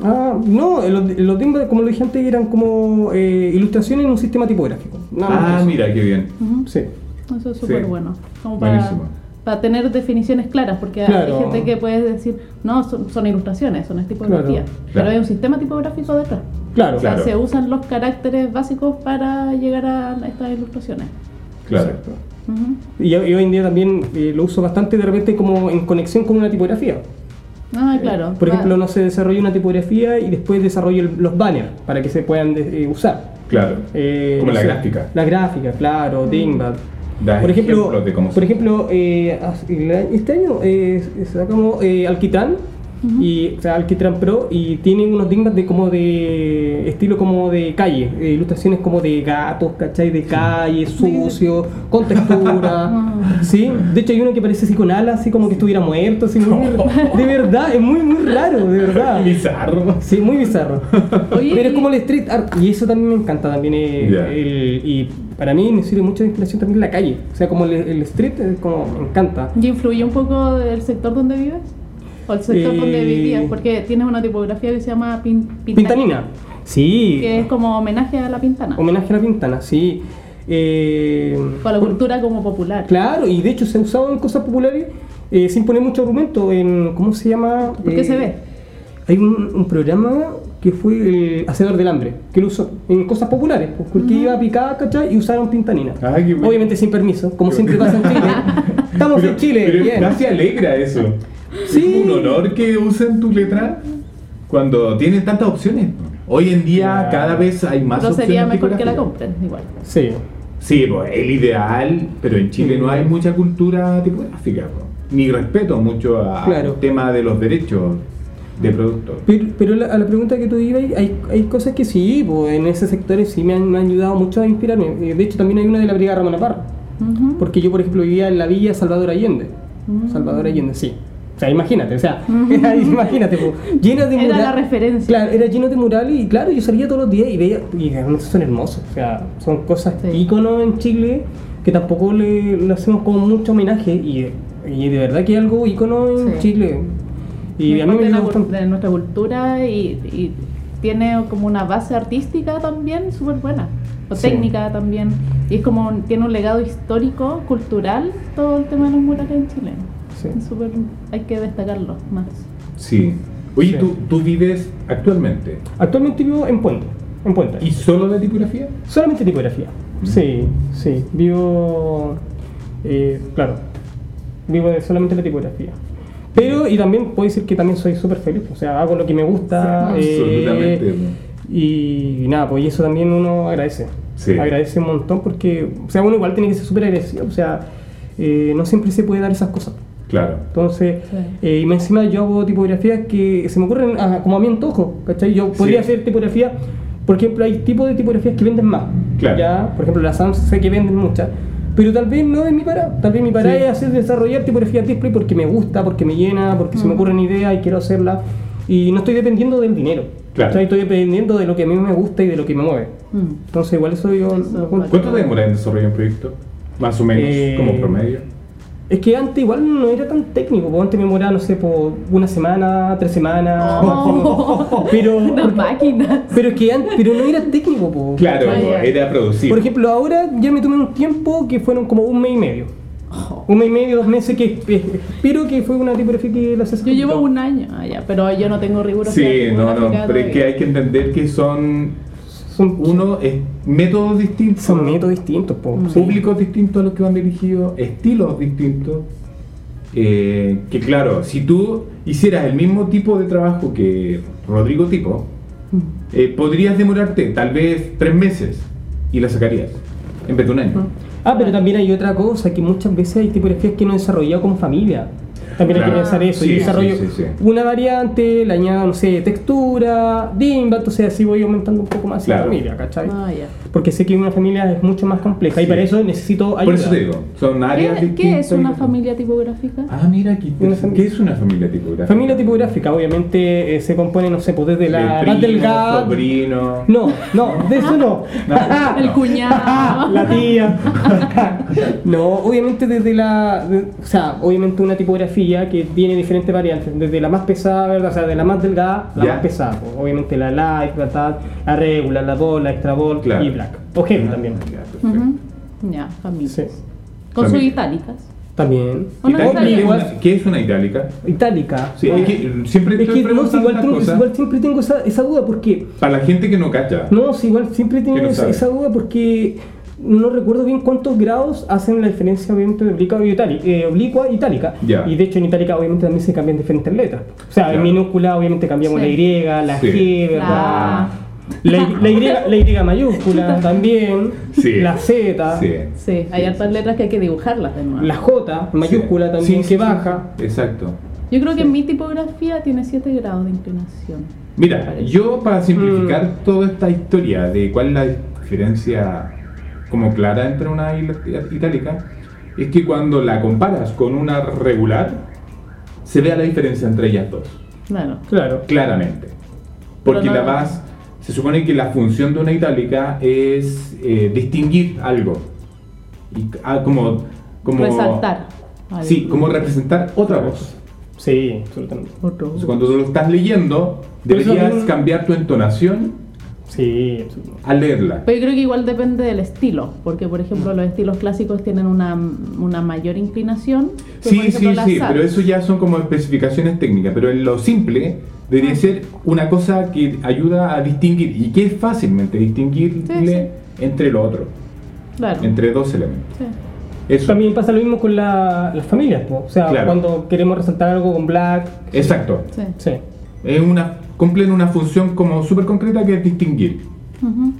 Ah, no, eh, los, los timbres, como lo dije antes, eran como eh, ilustraciones en un sistema tipográfico. Nada más
Ah,
que
mira, qué bien.
Ujú.
eso. Sí.
Eso es súper
Sí.
bueno. Como para,
Buenísimo.
para tener definiciones claras, porque
Claro.
hay gente que puede decir, no, son, son ilustraciones, son es tipografía.
Claro.
Pero
Claro.
hay un sistema tipográfico detrás.
Claro.
O sea,
Claro.
se usan los caracteres básicos para llegar a estas ilustraciones.
Claro.
Exacto.
Ujú.
Y, yo- y hoy en día también eh, lo uso bastante de repente como en conexión con una tipografía.
Ah, claro.
Eh, Por ejemplo,
Va-
no se desarrolla una tipografía y después desarrollo el- los banners para que se puedan de- eh, usar.
Claro.
Eh,
Como
no
la
sé,
gráfica.
La gráfica, claro, Dingbat.
Da
Por ejemplo,
ejemplos de cómo se-
por ejemplo eh, hace- el a- este año eh, sacamos eh, Alquitrán, y, o sea, Alquitrán Pro, y tienen unos Dingbat de como de estilo como de calle, eh, ilustraciones como de gatos, ¿cachai? De calle, sucio, con textura.
Ah.
sí, de hecho hay uno que parece así con alas, así como que estuviera muerto,
[LAUGHS]
así muy- de verdad, es muy, muy raro, de verdad.
Bizarro.
Sí, muy bizarro.
Oye,
Pero es
y-
como el street art. Y eso también me encanta. También eh,
Ya.
el- y para mí me sirve mucho de inspiración también la calle. O sea, como el, el street, eh, como me encanta.
¿Y influye un poco el sector donde vives? ¿O el sector
Eh,
donde vivías? Porque tienes una tipografía que se llama Pin- Pintanina,
Pintanina. Sí.
que es como homenaje a la pintana.
Homenaje a la pintana, sí. Eh,
Con la cultura como popular.
claro, y de hecho se ha usado en cosas populares eh, sin poner mucho argumento. En, ¿Cómo se llama?
¿Por qué
Eh,
se ve?
Hay un, un programa que fue el Hacedor del Hambre, que lo usó en cosas populares, pues, porque iba a picar, ¿cachai? Y usaron pintanina.
Ah, qué bueno.
Obviamente sin permiso, como siempre pasa en
[LAUGHS]
Chile. Estamos
Pero-
en Chile,
Pero
bien.
casi alegra eso.
Sí.
Es un honor que usen tu letra cuando tienen tantas opciones. Hoy en día
Claro.
cada vez hay más
Pero
opciones.
sería mejor que la
tipográficas.
compren, igual.
Sí.
Sí, pues el ideal, pero en Chile no hay mucha cultura tipográfica. pues. Ni respeto mucho a- al
Claro.
tema de los derechos de productor.
Pero, pero la- a la pregunta que tú ibas, hay, hay cosas que sí, pues, en ese sector sí me han, me han ayudado mucho a inspirarme. Eh, De hecho, también hay una de la Brigada Ramón Navarro.
Ujú.
Porque yo, por ejemplo, vivía en la villa Salvador Allende.
Mm.
Salvador Allende, sí. O sea, imagínate, o sea,
Mm.
Ujú.
era- [LAUGHS] imagínate, po, llena de
Era
murales.
la referencia.
Claro, era lleno de murales y claro, yo salía todos los días y veía, y realmente son hermosos, o sea, son cosas
Sí.
íconos en Chile que tampoco le, le hacemos como mucho homenaje y, y de verdad que es algo ícono en
Sí.
Chile. Y
Es
a mí
parte
me
de, la
gusta.
cul- de nuestra cultura y, y tiene como una base artística también súper buena. O
Sí.
técnica también. Y es como, un- tiene un legado histórico, cultural, todo el tema de los murales en Chile.
Sí.
Es súper- hay que destacarlo más.
Sí. Oye,
Sí.
¿tú, tú vives actualmente
Actualmente vivo en Puente, en Puente.
y solo de tipografía?
Solamente tipografía.
Mm.
Sí, sí. Vivo. eh, claro. Vivo de solamente la tipografía. Pero, y también puedo decir que también soy súper feliz. O sea, hago lo que me gusta.
Sí,
eh,
absolutamente, ¿no?
Y, nada, pues y eso también uno agradece.
Sí.
Agradece un montón porque, o sea, uno igual tiene que ser súper agradecido. O sea, eh, no siempre se puede dar esas cosas.
Claro.
Entonces,
Sí.
eh, y más encima yo hago tipografías que se me ocurren a- como a mi antojo, ¿cachai? Yo podría
Sí.
hacer tipografía, por ejemplo, hay tipos de tipografías que venden más,
Claro.
¿ya? Por ejemplo, las Sans sé que venden muchas, pero tal vez no es mi parada, tal vez mi parada
Sí.
es hacer desarrollar tipografía display porque me gusta, porque me llena, porque se me
Mm.
ocurren ideas y quiero hacerlas, y no estoy dependiendo del dinero,
Claro.
¿cachai? Estoy dependiendo de lo que a mí me gusta y de lo que me mueve.
Mm.
Entonces, igual eso yo...
Eso,
lo encuentro-
¿Cuánto te demora en desarrollar un proyecto? Más o menos,
Eh,
como promedio.
Es que antes igual no era tan técnico, porque antes memoraba, no sé, por una semana, tres semanas.
Oh.
[LAUGHS] [LAUGHS] Pero,
[LAUGHS] Una máquina.
pero es que antes, pero no era técnico, po.
Claro,
Ah, ya.
era producir.
Por ejemplo, ahora ya me tomé un tiempo que fueron como un mes y medio.
Oh.
Un mes y medio, dos meses que eh, espero que fue una tipografía que la
Yo llevo un año, ah, ya, pero yo no tengo rigurosidad.
sí, no, no,
tipográfica
pero es que
todavía.
hay que entender que son,
Son,
uno, es métodos distintos,
son métodos distintos, po.
Mm.
Sí.
públicos distintos a los que van dirigidos, estilos distintos. eh, que claro, si tú hicieras el mismo tipo de trabajo que Rodrigo Tipo,
Mm.
eh, podrías demorarte tal vez tres meses y la sacarías, en vez de un año.
Ah, pero también hay otra cosa, que muchas veces hay tipografías que no he desarrollado como familia. También hay que
Claro.
pensar eso.
Sí,
Yo desarrollo
sí, sí, sí.
una variante, le añado, no sé, textura, dimba, entonces así voy aumentando un poco más la
Claro.
familia, ¿cachai?
Ah, ya.
Porque sé que una familia es mucho más compleja y
Sí.
para eso necesito ayuda.
Por eso te digo, son áreas
¿Qué,
distintas.
qué es
y-
una familia tipográfica?
Ah, mira, aquí
Una fam-
¿qué es una familia tipográfica?
Familia tipográfica, obviamente, eh, se compone, no sé, pues desde la más delgada.
sobrino.
No, no, de eso no.
[LAUGHS]
Ah. [LAUGHS]
No.
El [LAUGHS] cuñado.
la tía. [LAUGHS] no, obviamente desde la. de- o sea, obviamente una tipografía que tiene diferentes variantes. Desde la más pesada, ¿verdad? O sea, de la más delgada, la
Ya.
más pesada. pues, Obviamente la light, la tal, la regular, la ball, la extra ball
Claro.
y black. O heavy
Ah,
también.
ya, perfecto.
Ujú. Ya, familia.
Sí.
Con sus
Familia.
itálicas.
También.
O no
Itálica,
está bien.
¿qué es una- ¿Qué es una itálica?
Itálica.
Sí, es que siempre
Es
estoy
que no, si
preguntando
igual,
estas
tengo- si
cosas.
igual siempre tengo esa, esa duda porque.
Para la gente que no cacha.
No, sí, igual siempre he tenido
no
esa,
sabe.
esa duda porque no recuerdo bien cuántos grados hacen la diferencia obviamente de oblicua y itálica. eh, oblicua y itálica.
Ya.
Y de hecho en itálica obviamente también se cambian diferentes letras. O sea,
Claro.
en minúscula obviamente cambiamos
Sí.
la Y, la
Sí.
G, ¿verdad?
La-
La, Y- la y, la Y mayúscula también,
Sí.
la Z,
Sí.
Sí, hay hartas letras que hay que dibujarlas de nuevo.
la J mayúscula
Sí.
también
Sí,
que
sí,
baja.
sí. Exacto.
Yo creo que mi tipografía tiene 7 grados de inclinación.
Mira, yo
Mm.
para simplificar toda esta historia de cuál es la diferencia como clara entre una y la itálica, es que cuando la comparas con una regular, se vea la diferencia entre ellas dos,
Claro.
Claro.
claramente. Porque
Pero no-
la vas, se supone que la función de una itálica es eh, distinguir algo, y, ah, como, como
Resaltar. algo.
Sí, como representar otra voz.
Sí, absolutamente.
Otro.
O sea, cuando tú lo estás leyendo,
Pero eso
deberías
también-
cambiar tu entonación
Sí, absolutamente.
al leerla.
Pero yo creo que igual depende del estilo, porque por ejemplo los estilos clásicos tienen una, una mayor inclinación. que, por
Sí,
ejemplo,
sí,
la
sí,
SAT.
pero eso ya son como especificaciones técnicas, pero en lo simple
Ah.
debería ser una cosa que ayuda a distinguir y que es fácilmente distinguible entre lo otro,
Claro.
entre dos elementos.
Sí.
Eso.
También pasa lo mismo con la- las familias, po. o sea,
Claro.
cuando queremos resaltar algo con black,
Exacto.
Sí.
sí.
Es una, cumplen una función como súper concreta que es distinguir.
Ujú.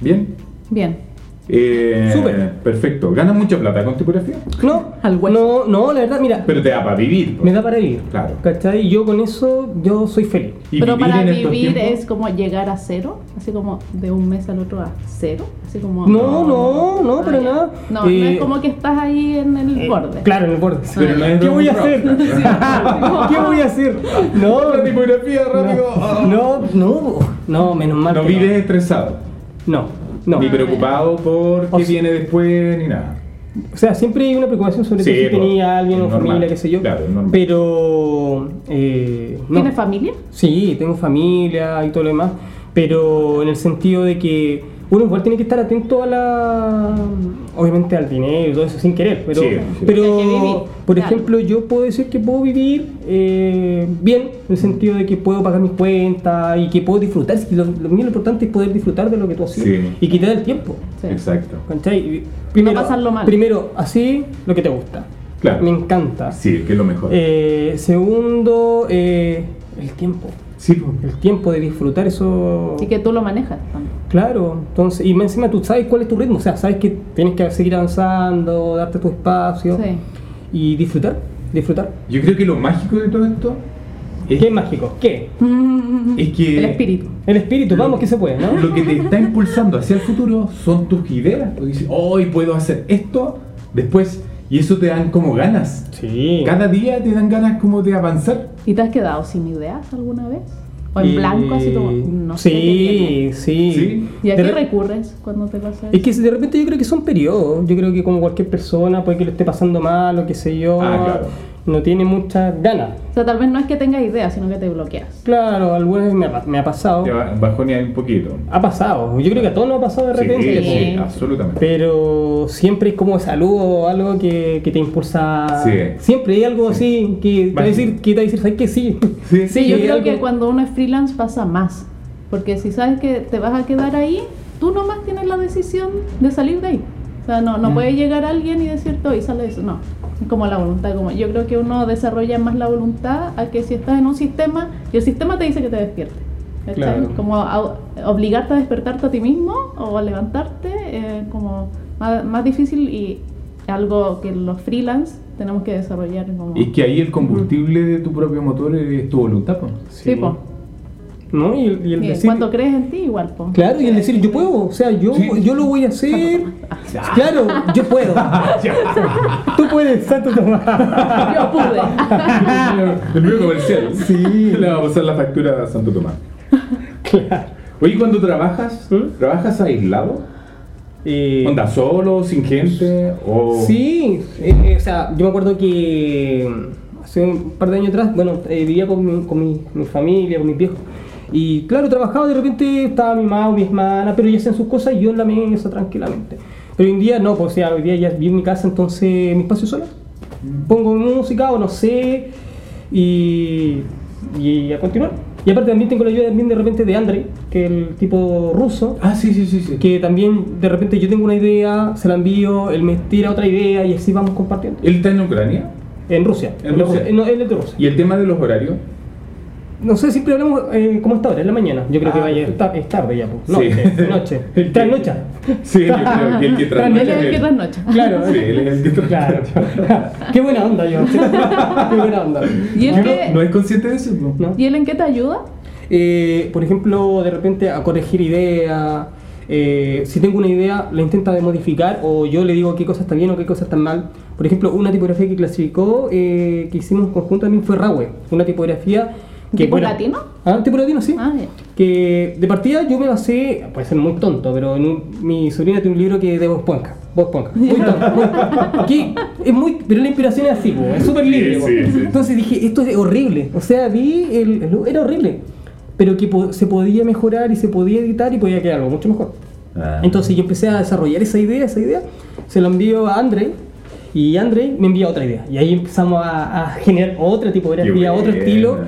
¿Bien?
Bien.
Eh,
Súper.
Perfecto. ¿Ganas mucha plata con tipografía?
No,
Al
no,
hueso.
no, la verdad, mira,
Pero te da para vivir. pues.
me da para vivir.
Claro.
¿Cachai? Y yo con eso, yo soy feliz.
Y
pero para
en estos
vivir
tiempos-
es como llegar a cero, así como de un mes al otro a cero, así como...
No, no, no,
Ah,
para
ya.
nada.
No, no
Eh,
es como que estás ahí en el
Eh,
borde.
Claro, en el borde.
Pero no es
¿Qué
Don
voy a
Rock.
hacer? [LAUGHS] ¿Qué voy a hacer?
[LAUGHS]
No,
Otra ¡Oh, tipografía, rápido.
no, no, no, no, menos mal.
oh. No
que
vives estresado,
No, no.
ni preocupado por qué
O sea-
viene después, ni nada.
O sea, siempre hay una preocupación sobre
Sí,
si
pues,
tenía alguien o
normal.
familia, qué sé yo.
Claro, normal.
Pero. Eh, no.
¿Tienes familia?
Sí, tengo familia y todo lo demás, pero en el sentido de que uno igual tiene que estar atento a la. Obviamente al dinero y todo eso sin querer, pero.
Sí, sí.
Hay que vivir,
Pero, por
claro.
ejemplo, yo puedo decir que puedo vivir eh, bien, en el sentido de que puedo pagar mis cuentas y que puedo disfrutar. Si Lo, lo mío lo importante es poder disfrutar de lo que tú haces
Sí.
y quitar el tiempo.
Sí.
Exacto.
¿Cachai? Y Primero,
pasarlo mal.
primero, así lo que te gusta.
Claro.
Me encanta.
Sí, que es lo mejor.
Eh, segundo, eh, el tiempo
sí, pues.
el tiempo de disfrutar eso.
Y que tú lo manejas también.
Claro, entonces, y más encima tú sabes cuál es tu ritmo, o sea, sabes que tienes que seguir avanzando, darte tu espacio
Sí.
y disfrutar, disfrutar.
yo creo que lo mágico de todo esto
¿Qué
es,
es mágico? ¿Qué?
es que
El espíritu.
El espíritu,
Lo-
vamos que se puede, ¿no?
lo que te está impulsando hacia el futuro son tus ideas. Tú dices, hoy puedo hacer esto, después, y eso te dan como ganas.
Sí.
Cada día te dan ganas como de avanzar.
¿Y te has quedado sin ideas alguna vez? O en
Y-
blanco, así como, no sé qué
sí,
tiene.
sí.
Sí.
¿Y a
De
qué
re-
recurres cuando te pasa
Es que de repente yo creo que son periodos. Yo creo que como cualquier persona puede que lo esté pasando mal o qué sé yo.
Ah, claro.
No tiene muchas ganas.
O sea, tal vez no es que tengas idea, sino que te bloqueas.
Claro, algunas veces me ha, me ha pasado.
Te ba- bajonea un poquito.
Ha pasado. Yo creo que a todos nos ha pasado de repente.
Sí,
Sí.
sí, absolutamente.
Pero siempre es como salud o algo que, que te impulsa.
Sí.
Siempre hay algo así que te va a decir, que te va a decir, ¿sabes qué? Sí.
Sí,
Sí, yo
Sí,
creo
algo-
que cuando uno es freelance pasa más. Porque si sabes que te vas a quedar ahí, tú nomás tienes la decisión de salir de ahí. O sea, no,
Mm.
no puede llegar alguien y decirte, hoy sale de eso. No, es como la voluntad. Como, yo creo que uno desarrolla más la voluntad a que si estás en un sistema y el sistema te dice que te despiertes. ¿cachai?
Claro.
Como a- obligarte a despertarte a ti mismo o a levantarte, eh, como más, más difícil y algo que los freelance tenemos que desarrollar. Como...
Es que ahí el combustible de tu propio motor es tu voluntad. [LAUGHS] po.
Sí, po.
[LAUGHS] ¿No? Y, el- y el
Bien,
decir.
Cuando crees en ti, igual, po.
Claro, y
[LAUGHS]
el decir, yo puedo. O sea, yo,
Sí.
yo lo voy a hacer. Claro,
[LAUGHS]
yo puedo. Tú puedes, Santo Tomás.
Yo
[LAUGHS]
pude.
el primer comercial. Sí. Le va a pasar la factura a Santo [LAUGHS] Tomás.
Claro.
Oye, cuando trabajas,
¿Mm?
¿trabajas aislado?
Eh,
¿Onda solo, sin gente? O...
Sí, eh, eh, o sea, yo me acuerdo que mm, hace un par de años atrás, bueno, eh, vivía con, mi, con mi, mi familia, con mis viejos. Y claro, trabajaba, de repente estaba mi mamá o mi hermana, pero ellos hacían sus cosas y yo en la mesa tranquilamente. Pero hoy en día no, pues, o sea, hoy día ya vivo en mi casa, entonces mi espacio es solo. Pongo mi música o no sé, y, y a continuar. Y aparte también tengo la ayuda también de repente de Andrei, que es el tipo ruso,
Ah, sí, sí, sí. sí.
que también de repente yo tengo una idea, se la envío, él me tira otra idea y así vamos compartiendo.
¿Él está en Ucrania?
En Rusia.
En Rusia.
No, él es de Rusia.
¿Y el tema de los horarios?
No sé, siempre hablamos eh, como está ahora, en la mañana. Yo creo que
Ah,
vaya, es,
perfecto.
ta- es tarde ya, pues.
Sí.
Noche, [LAUGHS] noche.
[LAUGHS] El-
Trasnocha.
Sí, yo creo que el que
Él es el
trasnocha-
que trasnocha.
Claro.
Sí, él es el que [LAUGHS]
Claro.
trasnocha.
Qué buena onda, yo. [LAUGHS] Qué buena onda.
¿Y él,
Yo
qué-
no, no es consciente de eso, ¿no?
¿No?
¿Y él en qué te ayuda?
Eh, por ejemplo, de repente a corregir ideas. eh, si tengo una idea, la intenta de modificar o yo le digo qué cosa está bien o qué cosa está mal. Por ejemplo, una tipografía que clasificó, eh, que hicimos en conjunto también fue Rawe, una tipografía que...
¿Tipo latino?
Ah, tipo latino, sí.
Ah, ya.
Que de partida yo me basé, puede ser muy tonto, pero en un- mi sobrina tiene un libro que es de Bob Esponja. Bob Esponja.
[LAUGHS]
Muy tonto. muy- que es muy, pero la inspiración es así, po, es súper
Sí,
libre. po.
sí, sí.
Entonces dije, esto es horrible. O sea, vi, el, el- era horrible. Pero que po- se podía mejorar y se podía editar y podía quedar algo mucho mejor.
Ah.
Entonces yo empecé a desarrollar esa idea, esa idea. Se la envío a Andrei y Andrei me envía otra idea. Y ahí empezamos a, a generar otra tipografía,
Qué
otro estilo.
buena.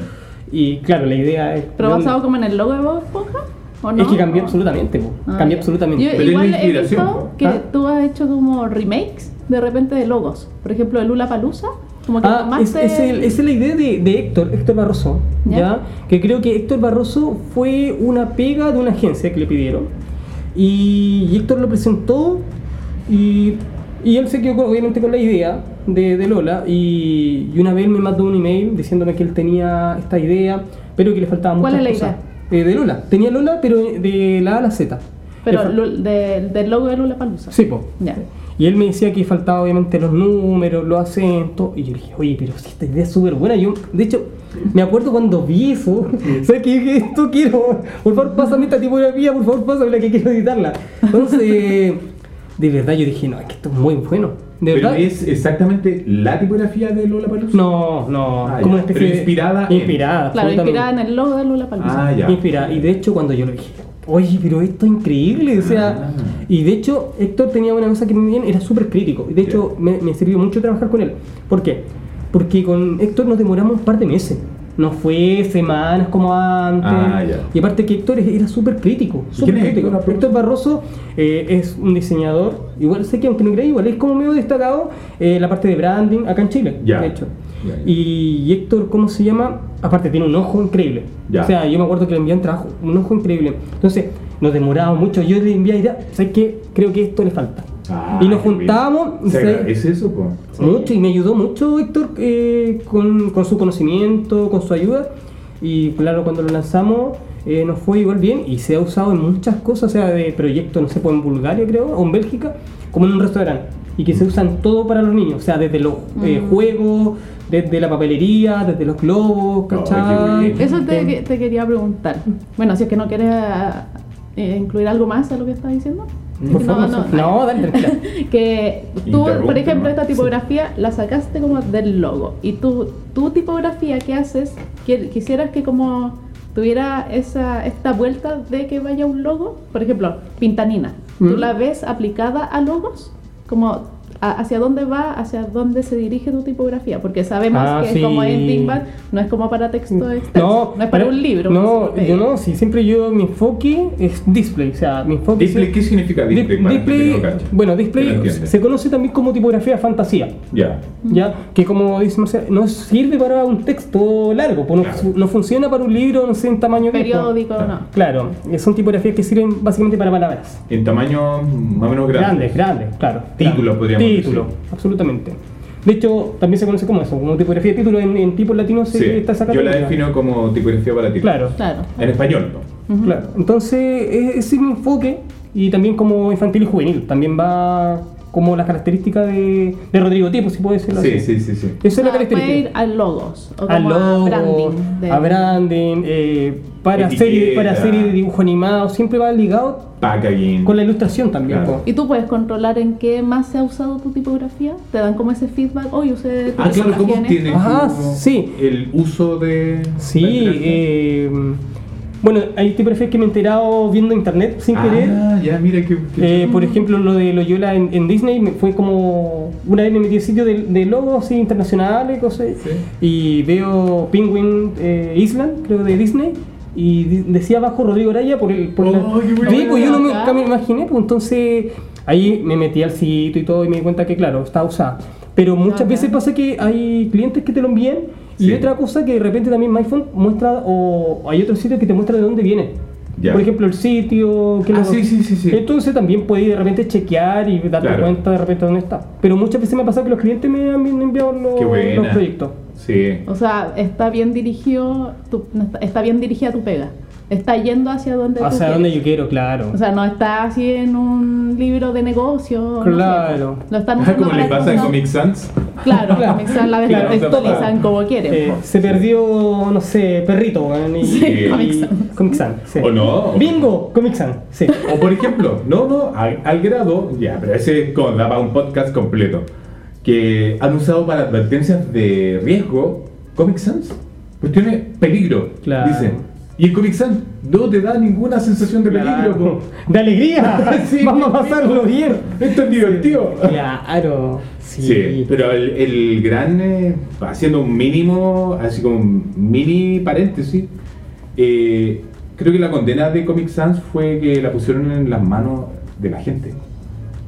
Y claro, la idea es...
¿Pero basado como en el logo de Bob Esponja? ¿O no?
Es que cambió
¿O-
absolutamente, po.
Ah,
cambió
ya.
absolutamente.
Yo
Pero es la
igual he
inspiración,
visto
po.
que
Ah.
tú has hecho como remakes de repente de logos. Por ejemplo, de Lula Palusa. Como que
Ah, es,
tomaste-
es el- esa es la idea de, de Héctor, Héctor Barroso,
Ya.
¿ya? Que creo que Héctor Barroso fue una pega de una agencia que le pidieron. Y, y Héctor lo presentó y, y él se quedó con- obviamente con la idea de, de Lola. Y, y una vez me mandó un email diciéndome que él tenía esta idea, pero que le faltaban
¿Cuál
muchas
es la
cosas. Eh, de Lola. Tenía Lola, pero de la A a la Z.
Pero
Le fal-
Lu- de- del logo de Lula Palusa.
Sí, po.
Ya.
Y él me decía que faltaba obviamente los números, los acentos. Y yo le dije, oye, pero si esta idea es súper buena. Yo, de hecho, me acuerdo cuando vi eso. ¿Sabes qué? Dije, esto quiero. Por favor, pásame esta tipografía, por favor, pásame la que quiero editarla. Entonces, de verdad yo dije, no, es que esto es muy bueno. De
¿Pero
verdad.
es exactamente la tipografía de Lola Palusa?
No, no.
Ah,
como
ya.
una especie
Pero inspirada en-
de... Inspirada.
Claro,
Ah, absolutamente.
inspirada en el logo de Lula Palusa.
Ah, ya.
Inspira. Y de hecho, cuando yo lo dije, oye, pero esto es increíble. O sea,
Ah.
y de hecho, Héctor tenía una cosa que también era súper crítico. Y de hecho,
Ya.
me, me sirvió mucho trabajar con él. ¿Por qué? Porque con Héctor nos demoramos un par de meses. No fue semanas como antes.
Ah, ya.
Y aparte que Héctor es- era súper crítico.
¿Y
Súper
quién es
crítico.
Héctor, la
Héctor Barroso eh, es un diseñador, igual sé que aunque no creas, igual es como medio destacado eh, la parte de branding acá en Chile,
Ya.
de hecho.
Ya, ya.
Y Héctor, ¿cómo se llama? Aparte tiene un ojo increíble.
Ya.
O sea, yo me acuerdo que le envié un trabajo, un ojo increíble. Entonces, nos demoraba mucho. Yo le envié idea, ¿sabes qué? Creo que esto le falta.
Ah,
y nos
qué bien.
juntábamos. y
Se
se-
agradece eso, po.
mucho y me ayudó mucho Héctor eh, con, con su conocimiento, con su ayuda. Y claro, cuando lo lanzamos eh, nos fue igual bien y se ha usado en muchas cosas, o sea, de proyectos, no sé, pues en Bulgaria creo, o en
Mm.
Bélgica, como en un restaurante. Y que se usan todo para los niños, o sea, desde los eh, juegos, desde la papelería, desde los globos,
qué
¿cachai? Em,
bueno.
Eso te, te quería preguntar. Bueno, si es que no quieres ah, eh, incluir algo más a lo que estás diciendo.
Por
No,
favor,
no,
no, dale,
[LAUGHS]
tranquila.
Que tú, por
Interrúmpeme.
ejemplo, esta tipografía la sacaste como del logo. Y tu, tu tipografía que haces, qui- quisieras que como tuviera esa, esta vuelta de que vaya un logo. Por ejemplo, Pintanina. ¿Tú
Mm.
la ves aplicada a logos? Como a- hacia dónde va, hacia dónde se dirige tu tipografía. Porque sabemos
Ah,
que
sí.
como en Thinkpad no es como para texto extenso. No,
No,
es para un libro. una
No,
enciclopedia.
yo no, sí, siempre yo, mi enfoque es display, o sea, mi enfoque
Display,
es-
¿qué significa
Di-
display? Para el que
display-
no cacha.
bueno,
Que no
display
entiende.
se conoce también como tipografía fantasía,
Ya.
¿ya? Que como dice Marcela, no sirve para un texto largo, pues no,
Claro.
fu- no funciona para un libro, no sé, en tamaño de-
Periódico,
Ah.
no.
Claro, eh, son tipografías que sirven básicamente para palabras.
En tamaño más o menos grande.
Grandes, grandes, claro.
Título,
Claro.
podríamos
Título,
decir.
absolutamente. De hecho, también se conoce como eso, como tipografía de título en, en tipos latinos se
Sí.
está sacando.
Yo la defino como tipografía para ti.
Claro,
Claro.
En español, ¿no?
Ujú.
claro. Entonces, e- ese es mi enfoque y también como infantil y juvenil. También va como las características de, de Rodrigo Tipo, si puede decirlo
Sí,
así.
sí, sí, sí.
Esa es
Ah,
la
puede ir
característica.
a logos. O como
A logo,
a branding. de-
a branding, eh, para,
Etiqueta.
serie, para serie de dibujo animado, siempre va ligado
Packaging.
con la ilustración también.
Claro.
po.
¿Y tú puedes controlar en qué más se ha usado tu tipografía? ¿Te dan como ese feedback? Oye, usé tu
Ah, claro, ¿cómo
tipografía en
obtienes
esto.
Ajá,
tú
sí.
el uso de.
Sí,
la interacción?
eh, bueno, hay tipografías que me he enterado viendo internet sin querer.
Ah, ya, mira que. que-
Eh, por ejemplo, lo de Loyola en, en Disney me- fue como. Una vez me metí al sitio de, de logos así, internacionales, cosas.
Sí.
Y veo Penguin eh, Island, creo, de Disney. Y di- decía abajo Rodrigo Araya por el. Por
Oh,
la-
qué buena
Sí, pues yo no me,
idea.
nunca me imaginé, pues entonces ahí me metí al sitio y todo y me di cuenta que, claro, está usada. Pero muchas
Ajá.
veces pasa que hay clientes que te lo envían y
Sí.
otra cosa que de repente también MyPhone muestra o hay otros sitios que te muestra de dónde viene.
Ya.
Por ejemplo, el sitio. que
Ah,
lo-
sí,
Eh,
sí, sí, sí.
Entonces también puedes de repente chequear y darte
Claro.
cuenta de repente dónde está. Pero muchas veces me ha pasado que los clientes me han enviado los,
Qué buena.
los proyectos.
Sí.
O sea, está bien dirigido, tu- no está- está bien dirigida tu pega. Está yendo hacia donde tú
Hacia donde
quieres.
yo quiero, claro.
O sea, no está así en un libro de negocio. no sé,
Claro.
lo están
Ah,
usando
[LAUGHS] Como le
para
pasa en
cosas-
Comic Sans.
Claro,
Claro.
Comic Sans la vez
Claro,
que
o sea,
textualizan
para-
como quieren.
Eh, se perdió, no sé, perrito, weón, y,
Sí,
y-
Comic Sans.
Comic Sans, sí.
¿O no?
Bingo, Comic Sans,
[LAUGHS]
sí.
O por ejemplo, no, no, al, al grado, ya, pero ese con, da para un podcast completo, que han usado para advertencias de riesgo Comic Sans. Cuestiones peligro,
Claro.
dicen. Y el Comic Sans no te da ninguna sensación de peligro.
Claro.
po.
[LAUGHS]
De alegría,
Sí,
vamos a
bien,
pasarlo bien.
Esto es divertido.
Claro, sí.
Sí, pero el, el gran, eh, haciendo un mínimo, así como un mini paréntesis, eh, creo que la condena de Comic Sans fue que la pusieron en las manos de la gente.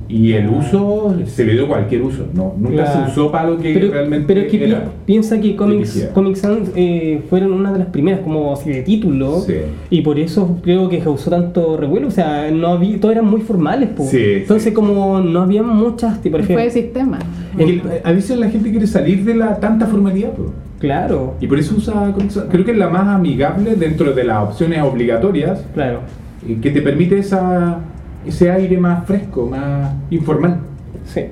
Y el uso se le dio cualquier uso, no, nunca
Ah. Claro.
se usó para lo que
pero,
realmente
pero es que pi-
era.
piensa que Comics,
Dirigida.
Comic Sans eh, fueron una de las primeras como así de título
Sí.
y por eso creo que causó tanto revuelo, o sea, no había, todos eran muy formales, po.
Sí,
entonces
sí.
como no había muchas tipografías.
Fue de sistema.
Es que a veces la gente quiere salir de la tanta formalidad, po.
Claro,
y por eso usa Comic Sans. Creo que es la más amigable dentro de las opciones obligatorias
claro.
eh, que te permite esa, ese aire más fresco, más informal.
Sí.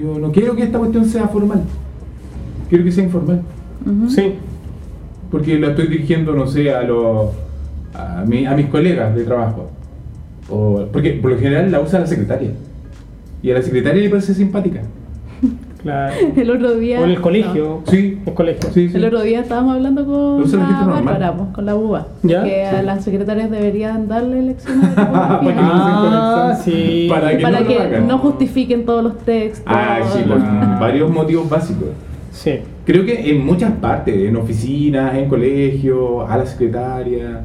Yo no quiero que esta cuestión sea formal. Quiero que sea informal.
Ujú.
Sí.
Porque la estoy dirigiendo, no sé, a los a, mi- a mis colegas de trabajo. O, porque por lo general la usa la secretaria. Y a la secretaria le parece simpática.
[LAUGHS]
Claro.
El otro día.
O en el
no.
colegio.
Sí.
El colegio.
Sí, sí.
El otro día estábamos hablando
Pero
con
eso lo dijiste
la
normal.
Bárbara, pues, con la UBA,
¿Ya?
que a
Sí.
las secretarias deberían darle
[LAUGHS]
lecciones de
[LAUGHS] Para que
tipografía.
no se
Ah,
conecten.
sí.
Para que
para
no, lo
que
hagan.
no justifiquen todos los textos.
Ah, sí, por
Ah.
varios motivos básicos.
Sí.
Creo que en muchas partes, en oficinas, en colegios, a la secretaria,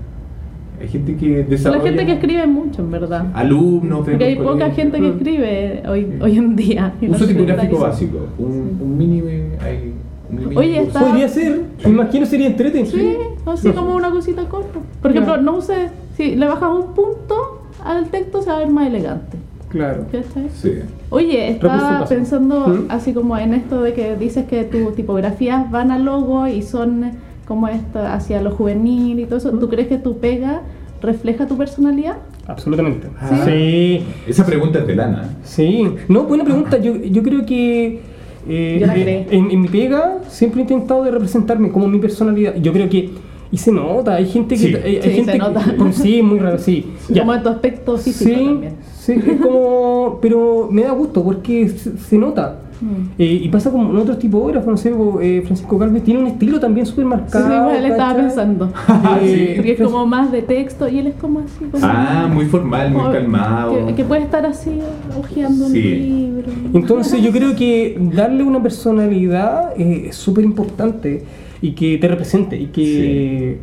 hay gente que
la
desarrolla.
gente que escribe mucho, en verdad.
Ah, Alumnos de
Porque hay
los
poca
colegios.
gente que escribe hoy, hoy en día. Y
Uso
las
tipográfico
secretarias-
básico, un, un mini. eh, hay un mini
Oye,
curso.
está-
Podría ser, me imagino sería entrete.
Sí, así como una cosita corta. Por ejemplo,
Claro.
no uses, si le bajas un punto al texto se va a ver más elegante.
Claro.
¿Cachai?
Sí.
Oye,
Repulsa el
estaba
paso.
pensando
¿Mm?
así como en esto de que dices que tus tipografías van al logo y son como esta hacia lo juvenil y todo eso.
¿Mm?
¿Tú crees que tu pega refleja tu personalidad?
Absolutamente.
Ah.
Sí.
Esa pregunta es de lana.
Sí, no, buena pregunta. Yo, yo creo que Eh,
Yo la
eh,
creé.
en, en mi pega siempre he intentado de representarme como mi personalidad. Yo creo que. Y se nota, hay gente que. eh,
Sí.
hay- hay
Sí, se
gente que-
nota.
por- sí, muy raro, sí. Ya.
Como en tu aspecto físico
sí,
también.
sí, es como. Pero me da gusto porque se, se nota.
Mm.
Eh, y pasa como en otros tipógrafos, no sé, como, eh, Francisco Calves tiene un estilo también súper marcado.
Sí, igual estaba
¿cachai? [LAUGHS]
pensando.
Ah,
Sí.
Porque es como más de texto y él es como así. Como
Ah, muy formal, muy
como-
calmado.
Que, que puede estar así, hojeando
Sí.
un libro.
Entonces yo creo que darle una personalidad eh, es súper importante y que te represente y que,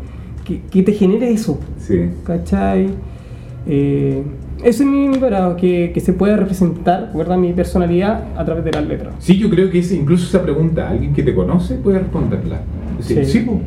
que, que te genere eso,
Sí.
¿cachai? Eh, eso es mi, mi parado, que, que se pueda representar, ¿verdad? Mi personalidad a través de las letras.
Sí, yo creo que ese- incluso esa pregunta, alguien que te conoce puede responderla. Sí,
Sí.
sí. po.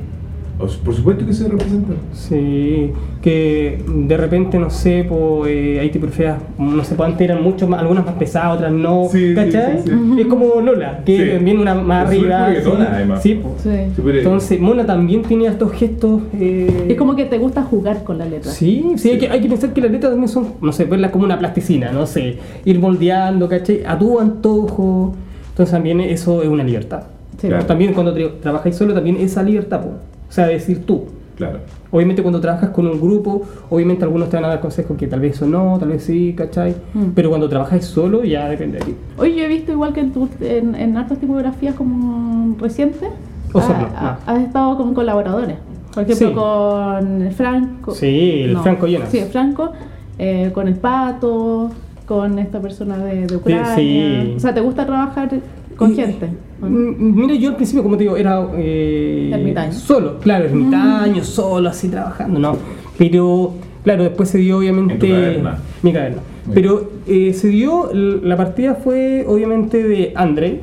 O s- por supuesto que se representa.
Sí, que de repente, no sé, po, eh, hay tipografías, no sé, po, antes eran mucho más, algunas más pesadas, otras no,
Sí, sí,
¿cachai?
sí, sí.
Es como Lola, que
Sí.
también una más
Es súper
arriba.
juguetona, además.
sí, pues. po.
Sí.
Súper-
Entonces, Mona también tiene estos gestos. eh,
Es como que te gusta jugar con la letra.
Sí, sí, hay que, hay que pensar que las letras también son, no sé, verlas como una plasticina, no sé, ir moldeando, ¿cachai? A tu antojo. Entonces, también eso es una libertad.
Sí.
Claro.
También cuando tra- trabajáis solo, también esa libertad, po. o sea, decir tú.
Claro.
Obviamente, cuando trabajas con un grupo, obviamente algunos te van a dar consejos que tal vez eso no, tal vez sí, ¿cachai?
Mm.
Pero cuando trabajáis solo, ya depende de ti.
Oye, yo he visto igual que en, tu, en, en hartas tipografías como recientes,
O sea,
ha-
no,
ha-
no.
has estado con colaboradores. Por ejemplo,
Sí.
con el Franco.
Sí, el Franco Llenas.
Sí, el Franco, eh, con el Pato, con esta persona de, de Ucrania.
sí.
O sea, ¿te gusta trabajar con
Y-
gente?
Mm, Mira, yo al principio, como te digo, era eh,
Ermitaño.
solo, claro, ermitaño, solo, así trabajando, no. Pero, claro, después se dio
En
obviamente.
tu caverna.
Mi caverna.
Muy
Pero eh, se dio, l- la partida fue obviamente de Andrei,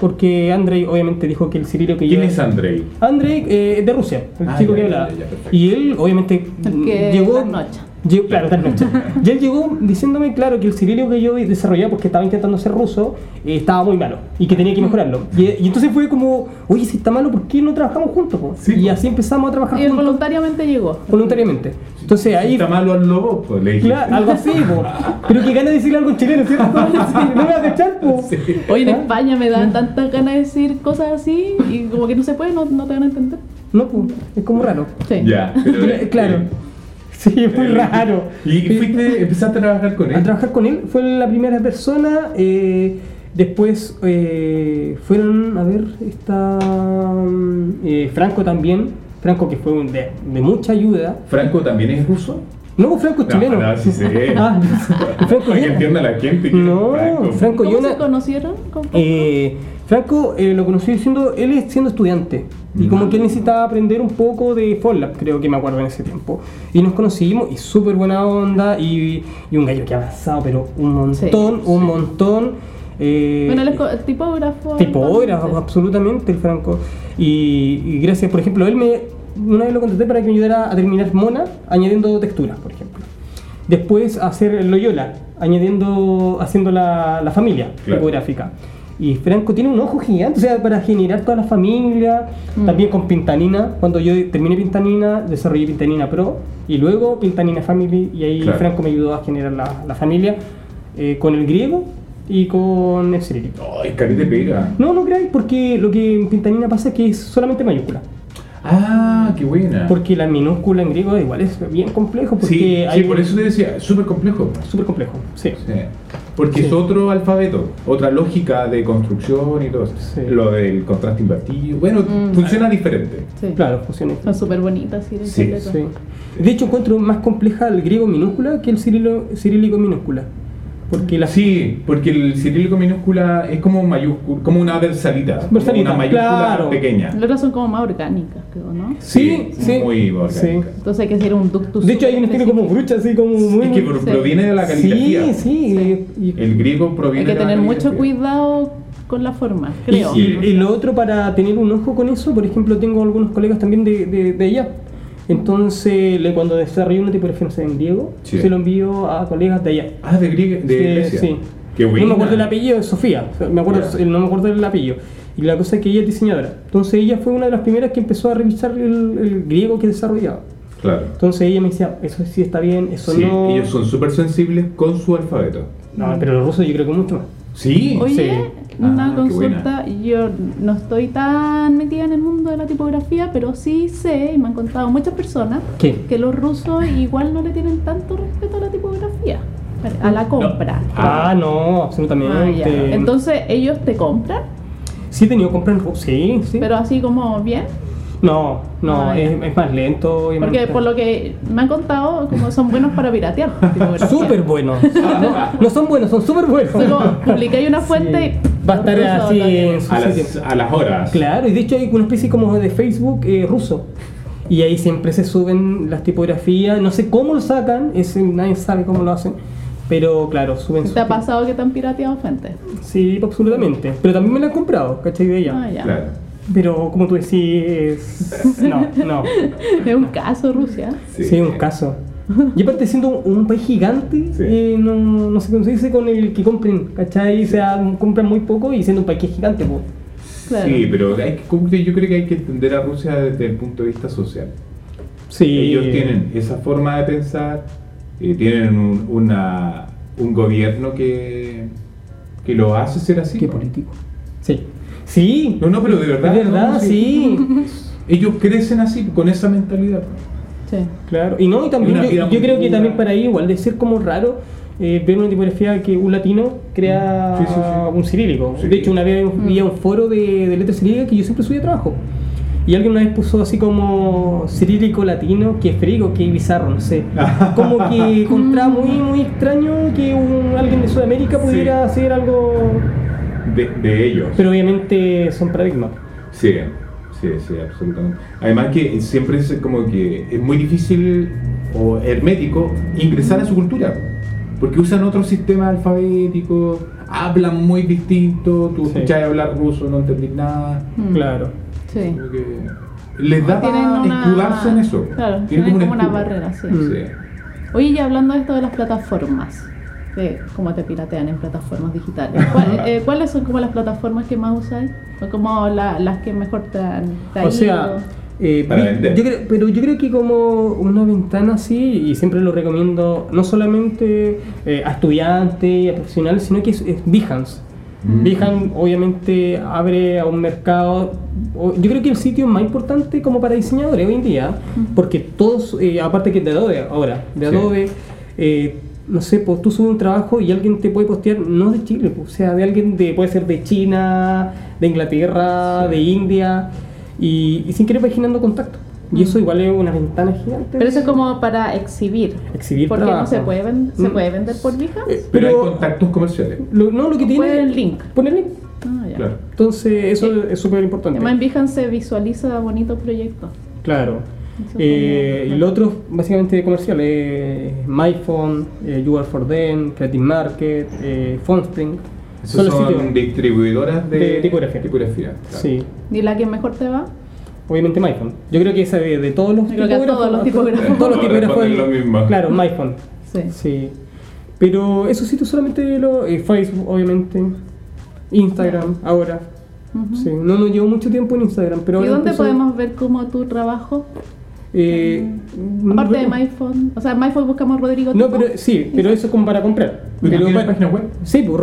porque Andrei obviamente dijo que el Cirilo que
¿Quién
yo.
es Andrei?
Andrei eh, es de Rusia, el
Ah,
chico
ya,
que
ya,
hablaba.
ya, perfecto.
y él, obviamente, mm,
El que
llegó.
trasnocha.
Llegó, claro, trasnocha. y él llegó diciéndome, claro, que el cirílico que yo desarrollaba, porque estaba intentando ser ruso, eh, estaba muy malo y que tenía que mejorarlo. Y, y entonces fue como, oye, si está malo, ¿por qué no trabajamos juntos? po?"
Sí,
y
po.
así empezamos a trabajar
Y él
juntos
voluntariamente llegó.
voluntariamente. Entonces ahí.
Está malo al lobo, pues, le dije.
Claro, algo así, po. pero que gana de decirle algo en chileno, ¿cierto?
[LAUGHS]
Sí, no me va a cachar, po.
Hoy en
¿Ah?
España me dan tantas ganas de decir cosas así y como que no se puede, no, no te van a entender.
No, po, es como raro.
Sí.
Ya, pero, eh, [LAUGHS]
Claro.
eh,
Sí, es muy raro.
¿Y fuiste, empezaste a trabajar con
a
él?
trabajar con él. Fue la primera persona. eh, después eh, fueron, a ver, está mm, eh, Franco también. Franco que fue un de, de mucha ayuda.
¿Franco también es ruso?
No, Franco es
No,
chileno.
no, sí sé.
[LAUGHS] Ah,
[LAUGHS]
Franco
Para que
Llena.
entienda la gente que
No,
Franco.
¿Y ¿Cómo
Franco Llena.
se conocieron? ¿Con Franco?
Eh, Franco eh, lo conocí siendo, él es- siendo estudiante y como que él necesitaba aprender un poco de Forlap, creo que me acuerdo en ese tiempo. Y nos conocimos y súper buena onda y, y un gallo que ha avanzado, pero un
Sí.
montón, un montón. eh,
bueno, él es co- tipógrafo.
tipógrafo,
entonces.
absolutamente el Franco. Y, y gracias, por ejemplo, él me una vez lo contraté para que me ayudara a terminar Mona añadiendo texturas, por ejemplo. Después hacer Loyola, añadiendo, haciendo la, la familia
Claro.
tipográfica. Y Franco tiene un ojo gigante, o sea, para generar toda la familia, también con Pintanina. Cuando yo terminé Pintanina, desarrollé Pintanina Pro y luego Pintanina Family y ahí
Claro.
Franco me ayudó a generar la, la familia eh, con el griego y con el cirílico.
Ay, carita pega.
No, no creáis, porque lo que en Pintanina pasa es que es solamente mayúscula.
Ah, qué buena.
Porque la minúscula en griego igual es bien complejo, porque
sí, sí,
hay
por eso te decía, es súper complejo.
súper complejo, sí.
Sí. Porque
Sí.
es otro alfabeto, otra lógica de construcción y todo eso.
Sí.
Lo del contraste invertido. Bueno,
Mm.
funciona diferente.
Sí.
Claro, funciona.
Son súper bonitas, sí. de
Sí,
completo.
Sí. De hecho, encuentro más compleja el griego minúscula que el cirilo- cirílico minúscula. Porque la
Sí, porque el cirílico minúscula es como mayúscula, como una versalita, como
Versalita,
una mayúscula
claro.
pequeña.
Las otras son como más orgánicas, creo, ¿no?
Sí, sí.
Muy orgánica.
Sí.
Entonces hay que hacer un ductus.
De hecho, hay unos que tienen como brucha, así como muy.
Es que pro-
Sí.
proviene de la caligrafía.
Sí, sí. y-
El griego
Hay
proviene
que
de la
tener mucho
caligrafía.
cuidado con la forma,
Y,
creo.
y- y lo otro para tener un ojo con eso, por ejemplo, tengo algunos colegas también de, de, de allá. Entonces, le- cuando desarrollo una tipografía no sé, en griego,
Sí.
se lo envío a colegas de allá.
Ah, de griego, de
Sí,
Grecia.
sí.
Qué
No me
buena.
acuerdo el apellido, es Sofía. O sea, Me acuerdo,
Ya.
el- no me acuerdo el apellido. Y la cosa es que ella es diseñadora. Entonces, ella fue una de las primeras que empezó a revisar el, el griego que desarrollaba.
Claro.
Entonces, ella me decía, eso sí está bien, eso
Sí,
no.
ellos son súper sensibles con su alfabeto.
No, pero los rusos yo creo que mucho más.
Sí,
Oye,
sí. Ah,
una
qué
consulta, yo no estoy tan metida en el mundo de la tipografía, pero sí sé, y me han contado muchas personas,
¿Qué?
que los rusos igual no le tienen tanto respeto a la tipografía, a la compra.
Ah, no, este,
Ah,
absolutamente.
ya. Entonces ellos te compran,
Sí he tenido compra en Ru- sí, sí.
pero así como bien,
no, no,
Ah, ya.
es, es más lento. y más
porque por lo que me han contado, como son buenos para piratear. la tipografía.
[LAUGHS] Súper buenos. No, no son buenos, son súper buenos. [LAUGHS]
Así como publicáis una fuente,
Sí. Va a estar
los rusos
así
lo tienen.
en su
A
sitio.
las, a las horas.
Claro, y de hecho hay una especie como de Facebook eh, ruso. Y ahí siempre se suben las tipografías. No sé cómo lo sacan, ese, nadie sabe cómo lo hacen. Pero claro, suben sus
¿Te ha
tip-
pasado que te han pirateado fuentes?
Sí, absolutamente. Pero también me la han comprado, ¿cachai? De ella.
Ah, ya.
Claro.
Pero como tú decís, no, no.
[LAUGHS] Es un caso Rusia.
Sí, un caso. Y aparte siendo un, un país gigante,
Sí.
eh, no, no se dice con el que compren, ¿cachai? O sea, compran muy poco y siendo un país que es gigante, pues.
Claro.
Sí, pero hay que- como que yo creo que hay que entender a Rusia desde el punto de vista social.
Sí.
Ellos tienen esa forma de pensar, eh, tienen un, una, un gobierno que, que lo hace ser así.
Qué político. Sí. Sí.
No, no, pero de verdad.
De verdad,
no,
sí.
Ellos crecen así, con esa mentalidad.
Sí.
Claro. Y no, y también
Una
yo,
vida
yo
muy
creo que
dura.
también para ahí igual de ser como raro eh, ver una tipografía que un latino crea
Sí, sí, sí.
un cirílico.
Sí.
De hecho, una vez vi un foro de, de letras cirílicas que yo siempre subía trabajo. Y alguien una vez puso así como cirílico latino, que frigo, que bizarro,
[LAUGHS]
no sé. Como que encontraba muy, muy extraño que un, alguien de Sudamérica
Sí.
pudiera hacer algo.
De, de ellos.
Pero obviamente son paradigmas.
Sí, sí, sí, absolutamente. Además que siempre es como que es muy difícil o hermético ingresar a su cultura, porque usan otro sistema alfabético, hablan muy distinto, tú
Sí.
escuchás hablar ruso, no entendís nada.
Mm.
Claro.
Sí.
como que les da
Tienen
para
una-
escudarse en eso.
Claro, tienen como una
escudo.
barrera, sí.
Mm.
Sí.
Oye, y hablando de esto de las plataformas, de cómo te piratean en plataformas digitales,
[LAUGHS]
¿cuál- eh, ¿cuáles son como las plataformas que más usáis? ¿O como la- las que mejor te han te ha
O sea,
ido?
eh,
Para
vi-
vender.
yo creo- pero yo creo que como una ventana así, y siempre lo recomiendo no solamente eh, a estudiantes, a profesionales, sino que es, es Behance.
Mm.
Behance obviamente abre a un mercado, o- yo creo que el sitio más importante como para diseñadores hoy en día, porque todos, eh, aparte que de Adobe ahora, de
Sí.
Adobe, eh, no sé, pues tú subes un trabajo y alguien te puede postear, no de Chile, pues, o sea, de alguien de, puede ser de China, de Inglaterra,
Sí.
de India, y, y sin querer imaginando contacto. Y eso igual es una ventana gigante.
Mm. Pero eso es como para exhibir.
Exhibir
Porque no
trabajo.
se puede, ven- se
Mm.
puede vender por Behance.
Eh,
Pero hay
Pero-
contactos comerciales.
Lo- no, lo que tiene...
Puede el link.
Pon el link.
Ah, ya.
Claro.
Entonces, eso es súper importante.
Además, en Behance se visualiza bonito proyecto.
Claro.
Eso
Eh,
también.
y lo otro, básicamente comercial, eh, MyPhone, eh, You Are For Them, Creative Market, eh, Fonspring.
Esos
los
son
sitios.
distribuidoras de,
De tipografía.
claro.
Sí,
¿Y la que mejor te va?
obviamente MyPhone. Yo creo que esa de, de todos los
Yo creo que a todos los tipógrafos.
todos
Todos
los tipógrafos.
responden lo mismo.
Claro, MyPhone.
Sí.
Sí. Pero esos sitios solamente lo, eh, Facebook, obviamente. Instagram, ahora.
Ujú.
Sí, pues, no nos llevo mucho tiempo en Instagram, pero
¿Y
ahora
dónde
empezó-
podemos ver como tu trabajo?
eh,
Aparte de
bueno,
MyPhone. O sea, en MyPhone buscamos Rodrigo
No,
Tipo.
pero sí, pero eso es como para comprar.
¿Tú
Pero
tienes
para-
página web?
Sí, pues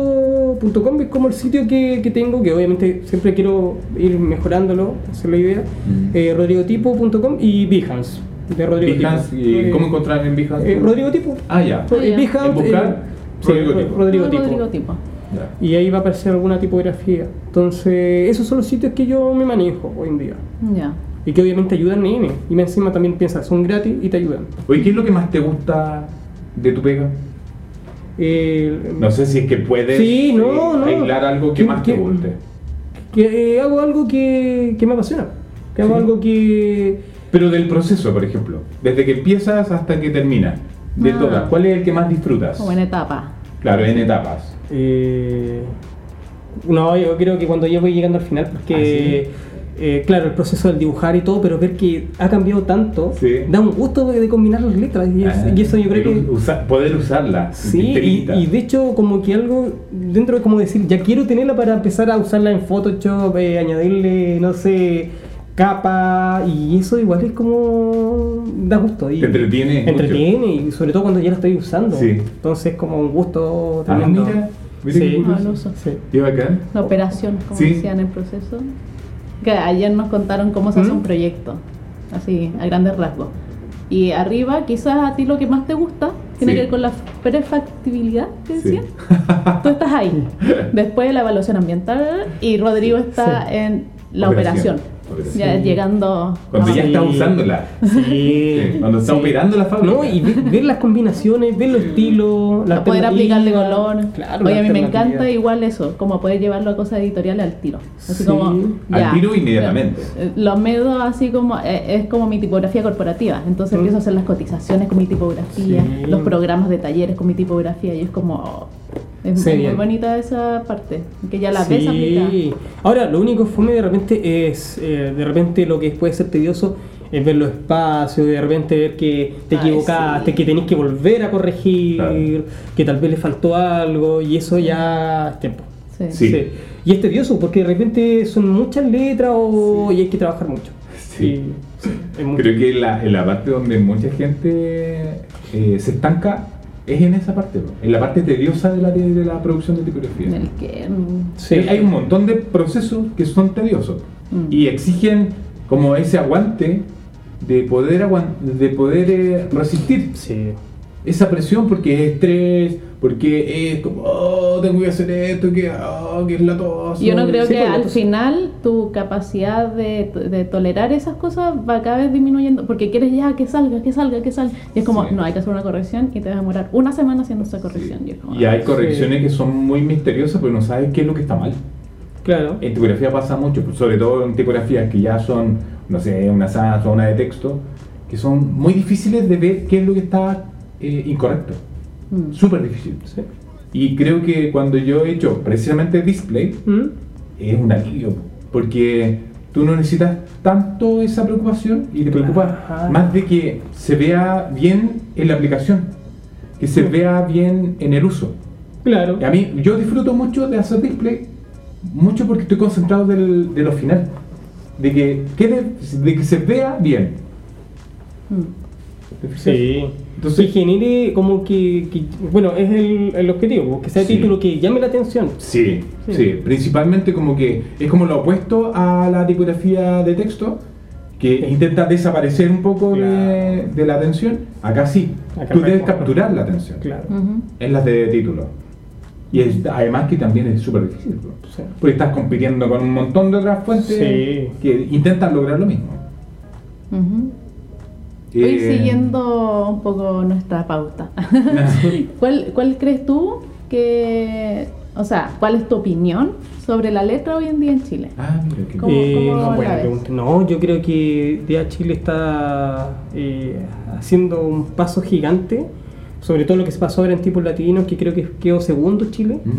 rodrigotipo.com es como el sitio que, que tengo, que obviamente siempre quiero ir mejorándolo, hacer la idea.
Mm.
Eh, rodrigotipo.com y Behance, de Rodrigo
Behance,
Tipo.
¿y
Eh,
¿Cómo encontrar en Behance?
eh, Rodrigo Tipo.
Ah, ya.
Ah, ya.
Eh, Behance,
En buscar,
sí,
Rodrigo
Ro-
Tipo.
Rodrigo
Ah,
Tipo.
Rodrigo Tipo.
Ya.
Y ahí va a aparecer alguna tipografía. Entonces, esos son los sitios que yo me manejo hoy en día.
Ya.
Y que obviamente ayudan nene. Y más encima también piensas, son gratis y te ayudan.
Oye, ¿qué es lo que más te gusta de tu pega?
Eh,
No sé si es que puedes
Sí, no,
eh,
no.
aislar algo que
¿Qué-
más te
qué-
guste.
que eh, hago algo que, que me apasiona. Que hago
Sí.
algo que.
Pero del proceso, por ejemplo, desde que empiezas hasta que terminas, de
Ah.
todas, ¿cuál es el que más disfrutas?
Como en etapa.
Claro, en etapas.
eh, no, yo creo que cuando yo voy llegando al final, porque.
Ah,
eh, claro, el proceso del dibujar y todo, pero ver que ha cambiado tanto,
Sí.
da un gusto de, de combinar las letras. Y, es-
Ah,
y eso yo creo
pero
que.
usa- poder usarla.
Sí, y,
enterita.
y de hecho como que algo dentro es como decir, ya quiero tenerla para empezar a usarla en Photoshop, eh, añadirle, no sé, capa, y eso igual es como da gusto. Y
Te entretiene mucho.
Entretiene, y sobre todo cuando ya la estoy usando.
Sí.
Entonces como un gusto
Ah,
tremendo.
mira. Mira qué
Sí.
Ah,
curioso.
al uso.
Sí.
Qué bacán.
La operación, como
Sí.
decían en el proceso. Que ayer nos contaron cómo se hace
¿Mm?
un proyecto, así, a grandes rasgos. Y arriba, quizás a ti lo que más te gusta tiene
Sí.
que ver con la prefactibilidad, que
Sí.
decían. Tú estás
[LAUGHS]
ahí. Después la evaluación ambiental y Rodrigo está
Sí.
en la
Operación.
operación.
Operación.
Ya
Sí.
llegando.
Cuando
no,
ya
Sí.
está usándola.
Sí.
Sí, Cuando está
Sí.
operando la fábrica.
No, y ver, ver las combinaciones, ver los estilos, la
a poder
alternativa.
aplicarle color.
Claro,
Oye,
la
a mí me
alternativa.
encanta igual eso, como poder llevarlo a cosas editoriales al tiro. Así
Sí.
como.
Al
ya.
tiro inmediatamente.
Eh, Los medos así como. eh, es como mi tipografía corporativa. Entonces empiezo a hacer las cotizaciones con mi tipografía,
Mm. Sí.
los programas de talleres con mi tipografía y es como. Es
Sí,
muy
bien.
bonita esa parte, que ya la ves aplicada.
Sí. Ahora, lo único fome de repente es, eh, de repente lo que puede ser tedioso es ver los espacios, de repente ver que te
Ay,
equivocaste,
sí.
que tenés que volver a corregir,
Claro.
que tal vez le faltó algo y eso ya es tiempo.
Sí.
Sí.
Y es tedioso porque de repente son muchas letras o- y hay que trabajar mucho.
Sí.
Y- sí, es mucho.
Creo que la, en la parte donde mucha gente eh, se estanca es en esa parte, ¿no? en la parte tediosa de la, de la producción de tipografía.
El que, mm,
Sí.
Hay un montón de procesos que son tediosos
Mm.
y exigen como ese aguante de poder, aguan- de poder eh, resistir
Sí.
esa presión porque es estrés, porque es como, oh, tengo que hacer esto, que, oh, que es latoso.
Yo no creo
Sí,
que
pues,
al
entonces-
final tu capacidad de, de tolerar esas cosas va cada vez disminuyendo, porque quieres ya que salga, que salga, que salga. Y es como,
Sí.
no, hay que hacer una corrección y te vas a demorar una semana haciendo esa corrección. Y es como,
Y hay correcciones
Sí.
que son muy misteriosas porque no sabes qué es lo que está mal.
Claro.
En tipografía pasa mucho, pues, sobre todo en tipografías que ya son, no sé, una SAS o una de texto, que son muy difíciles de ver qué es lo que está eh, incorrecto.
mm,
Súper difícil.
Sí.
Y creo que cuando yo he hecho precisamente display,
¿Mm?
es un alivio, porque tú no necesitas tanto esa preocupación y te preocupa
Claro.
más de que se vea bien en la aplicación, que se vea bien en el uso.
Claro.
A mí, yo disfruto mucho de hacer display, mucho porque estoy concentrado del, de lo final, de que, quede, de que se vea bien.
mm.
¿Te fijas?
Sí.
Entonces-
Entonces, genere como que, que- bueno, es el, el objetivo, que sea el
Sí.
título que llame la atención.
Sí, sí,
Sí.
principalmente como que es como lo opuesto a la tipografía de texto, que intenta desaparecer un poco de- de,
Claro.
la atención. Acá sí,
Acá
tú
no
debes
hay-
capturar la atención.
Claro.
Ujú.
Es las de título. Y es- además que también es súper difícil, ¿no?
Sí.
porque estás compitiendo con un montón de otras fuentes
Sí.
que intentan lograr lo mismo.
Ujú. Voy
Eh,
siguiendo un poco nuestra pauta. [LAUGHS] ¿Cuál, ¿Cuál crees tú que, o sea, cuál es tu opinión sobre la letra hoy en día en Chile?
Ah, mira qué
¿Cómo-
Eh,
cómo
no,
la
buena
ves?
pregunta. No, yo creo que DHL Chile está eh, haciendo un paso gigante, sobre todo lo que se pasó ahora en tipos latinos, que creo que quedó segundo Chile.
Mm,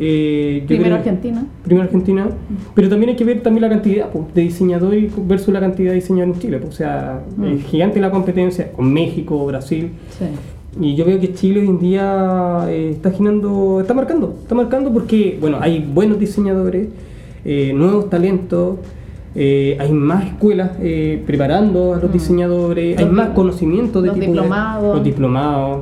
Eh, yo
Primero
creo-
Argentina.
Primero Argentina, pero también hay que ver también la cantidad po, de diseñadores versus la cantidad de diseñadores en Chile. po. O sea,
Mm.
es gigante la competencia con México, Brasil.
Sí.
Y yo veo que Chile hoy en día eh, está girando, está marcando, está marcando porque, bueno, hay buenos diseñadores, eh, nuevos talentos, eh, hay más escuelas eh, preparando a los
Mm.
diseñadores, hay
Los
más
di-
conocimiento de
los
tipo de-
diplomados.
los diplomados,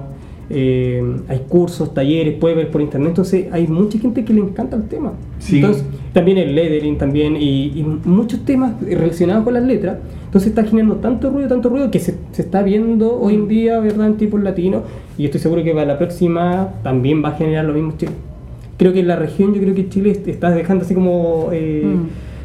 eh, hay cursos, talleres, puedes ver por internet, entonces hay mucha gente que le encanta el tema.
Sí.
Entonces, también el lettering también y, y muchos temas relacionados con las letras. Entonces está generando tanto ruido, tanto ruido que se, se está viendo hoy en día, ¿verdad?, en tipos latinos y estoy seguro que para la próxima también va a generar lo mismo Chile. Creo que en la región, yo creo que Chile est- está dejando así como eh,
Mm.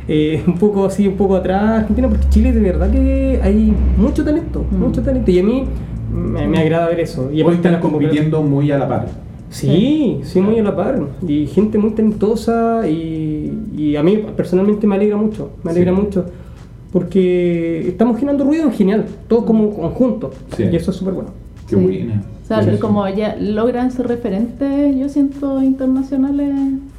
eh, un poco así, un poco atrás a Argentina, porque Chile de verdad que hay mucho talento,
Mm.
mucho talento y a mí me, me agrada ver eso. Y
Hoy
aparte
están
las convocatorias-
compitiendo muy a la par.
Sí, sí, muy a la par. Y gente muy talentosa y, y a mí personalmente me alegra mucho, me alegra
Sí.
mucho. Porque estamos generando ruido en general, todos como conjunto.
Mm. Sí.
Y eso es súper bueno.
Qué
Sí.
buena.
O sea,
Buenísimo.
como ya logran ser referentes, yo siento, internacionales.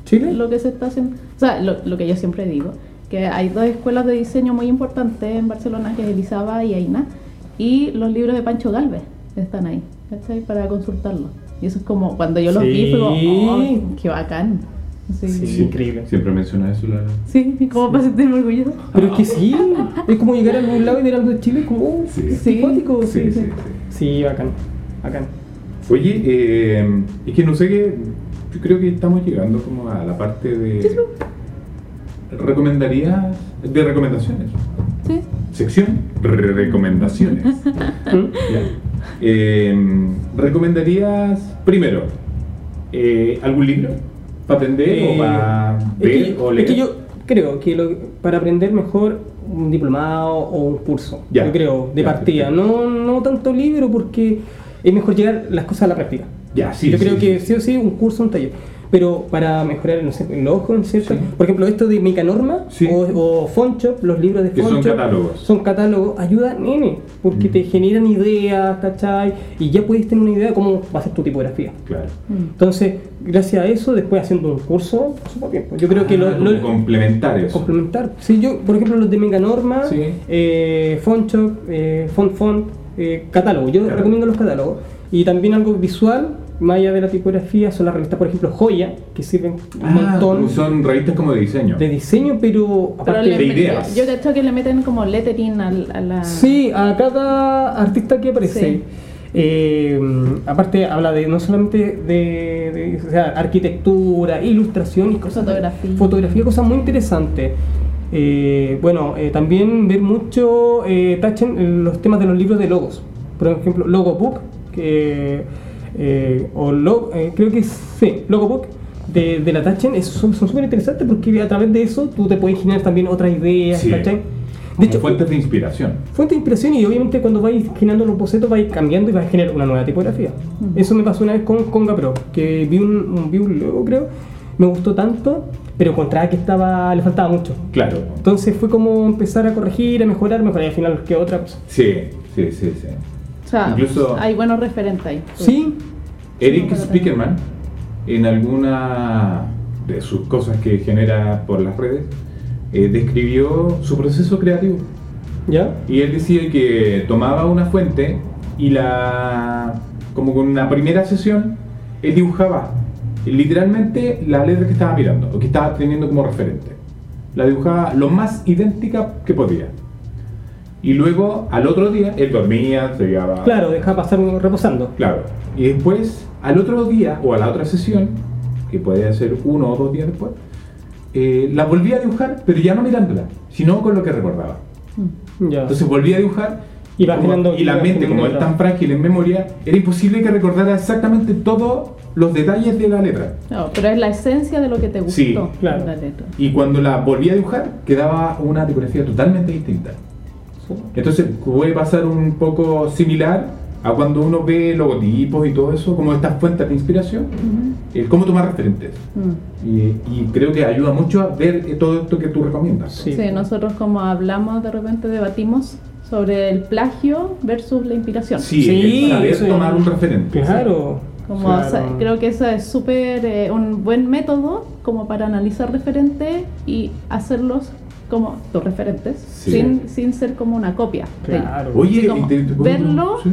¿Chile?
Lo que se está haciendo. O sea, lo, lo que yo siempre digo, que hay dos escuelas de diseño muy importantes en Barcelona, que es Elisaba y Aina, y los libros de Pancho Galvez están ahí, ¿cachai? Para consultarlos. Y eso es como, cuando yo los vi, fue como,
Sí.
"Oh, qué bacán. Sí.
Sí.
Sí.
increíble.
Siempre menciona eso la...
como para sentirme orgulloso.
Pero es que sí, es como llegar a algún lado y ver algo de Chile, como, oh,
Sí.
qué
Sí.
simpático, sí,
sí,
sí.
sí.
Sí, bacán, bacán.
Oye, eh, es que no sé qué. yo creo que estamos llegando como a la parte de recomendarías de recomendaciones.
Sí.
Sección re- recomendaciones.
[LAUGHS] ¿Mm?
Ya. Eh, ¿Recomendarías primero eh, algún libro para aprender o
Eh,
para
es
ver
que-
o
es
leer?
que yo creo que lo- para aprender mejor un diplomado o un curso,
Ya.
yo creo, de
Ya,
partida.
perfecto.
No, no tanto libro porque es mejor llegar las cosas a la práctica.
ya, sí,
yo
sí,
creo
sí.
que sí o sí un curso, un taller. Pero para mejorar, no sé, el ojo, en ciertas-
Sí.
Por ejemplo, esto de Mecanorma
Sí.
o, o Fonshop, los libros de
Que son
Fonshop.
catálogos.
Son catálogos. Ayuda, nene, porque
Mm.
te generan ideas, ¿cachai? Y ya puedes tener una idea de cómo va a ser tu tipografía.
Claro.
Mm.
Entonces, gracias a eso, después haciendo un curso, súper bien. Yo creo que lo,
Ah,
lo-
como complementar eso.
complementar. Sí, yo, por ejemplo, los de Meganorma,
Sí.
eh, Fonshop, eh, Font Font, eh, catálogo. Yo
Claro.
recomiendo los catálogos. Y también algo visual, más allá de la tipografía, son las revistas, por ejemplo, Joya, que sirven un
Ah,
montón
son revistas como de diseño.
de diseño, pero
Pero
aparte
le,
de ideas.
Yo cacho que le meten como lettering al- a, la.
Sí, a cada artista que aparece.
Sí.
Eh, aparte habla de no solamente de, de- o sea, arquitectura, ilustración y cosas
Fotografía.
fotografía, cosas muy interesantes. Eh, bueno, eh, también ver mucho eh, tachen los temas de los libros de logos. Por ejemplo, Logobook, que, eh, o lo- eh, creo que es sí, Logobook de, de la Tachen es- son son súper interesantes porque a través de eso tú te puedes generar también otras ideas,
Sí.
¿cachai?
Como fuentes de inspiración.
Fuente de inspiración y obviamente cuando vais generando los bocetos vais cambiando y vais a generar una nueva tipografía.
Mm.
Eso me pasó una vez con Conga Pro, que vi un, un- vi un logo creo, me gustó tanto, pero encontraba que estaba, le faltaba mucho.
Claro.
Entonces fue como empezar a corregir, a mejorar, mejorar y al final que otra cosa.
Sí, sí, sí, sí.
O sea,
Incluso-
hay buenos referentes ahí.
Sí,
Eric
Sí,
Spickerman, en alguna de sus cosas que genera por las redes, eh, describió su proceso creativo.
¿ya?
Y él decía que tomaba una fuente y la, como con una primera sesión, él dibujaba literalmente las letras que estaba mirando o que estaba teniendo como referente. La dibujaba lo más idéntica que podía. Y luego, al otro día, él dormía, se llegaba...
Claro, deja pasar un- reposando.
Claro. Y después, al otro día o a la otra sesión, que puede ser uno o dos días después, eh, la volví a dibujar, pero ya no mirándola, sino con lo que recordaba.
Mm.
Ya.
Entonces volví a dibujar
Y vas
como-
generando-
y la
vas
mente, como
generando
es
otra.
tan frágil en memoria, era imposible que recordara exactamente todos los detalles de la letra.
No, pero es la esencia de lo que te gustó.
Sí,
claro.
la letra.
Y cuando la volví a dibujar, quedaba una tipografía totalmente distinta. Entonces puede pasar un poco similar a cuando uno ve logotipos y todo eso, como estas fuentes de inspiración,
Ujú.
el cómo tomar referentes.
Mm.
Y, y creo que ayuda mucho a ver eh, todo esto que tú recomiendas.
Sí.
Sí, nosotros como hablamos, de repente debatimos sobre el plagio versus la inspiración.
Sí,
Sí,
el saber
eso es-
tomar un referente.
Claro.
Como
Claro.
o sea, creo que eso es súper eh, un buen método como para analizar referentes y hacerlos como tus referentes
Sí.
sin, sin ser como una copia. de ellos.
Claro.
Oye,
Sí, como
y te- te-
verlo.
¿sí?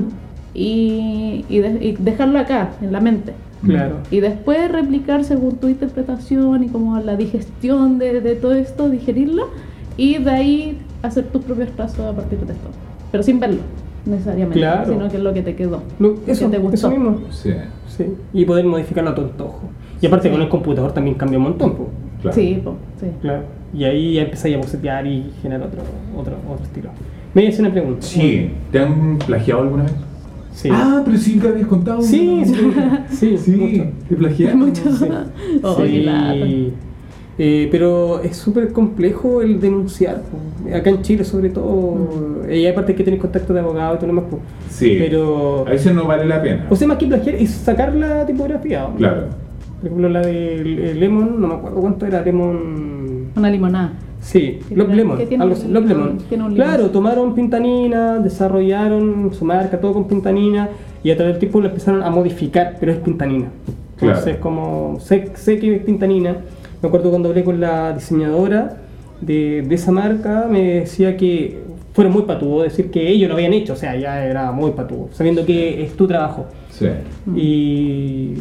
Y, y de- y dejarlo acá, en la mente.
Claro.
Y después replicar según tu interpretación y como la digestión de, de todo esto, digerirlo. Y de ahí hacer tus propios trazos a partir de esto. Pero sin verlo, necesariamente.
Claro.
Sino que es lo que te quedó.
Lo-
que
Eso,
te gustó.
eso mismo.
Sí,
Sí. Y poder modificarlo a tu antojo. Y aparte con el computador también cambia un montón. po.
claro.
Sí, po, sí.
Claro. Y ahí ya empezáis a bocetear y generar otro, otro, otro estilo. Me hice una pregunta.
Sí, ¿te han plagiado alguna vez?
Sí.
Ah, pero sí te habías contado.
sí, sí, sí,
Sí,
mucho.
te plagiaron.
Mucho.
Sí.
[LAUGHS] Oh,
Sí.
qué lata.
Eh, pero es súper complejo el denunciar, po. acá en Chile sobre todo,
Mm.
eh, y hay partes que tienes contacto de abogado y todo lo demás, po.
Sí.
pero...
A veces no vale la pena.
O sea, más que plagiar es sacar la tipografía. ¿o?
Claro.
Por ejemplo, la de eh, Lemon, no me acuerdo cuánto era, Lemon...
Una limonada.
Sí,
Que
Love
tiene-
Lemon.
que tiene
algo
un-
así, Love Lemon.
tiene un limón.
Claro, tomaron pintanina, desarrollaron su marca, todo con pintanina, y a través del tiempo lo empezaron a modificar, pero es pintanina. Entonces,
Claro.
como sé, sé que es pintanina, me acuerdo cuando hablé con la diseñadora de, de esa marca, me decía que fueron muy patudos, decir que ellos lo habían hecho, o sea, ya era muy patudo, sabiendo que es tu trabajo.
Sí.
Mm.
Y,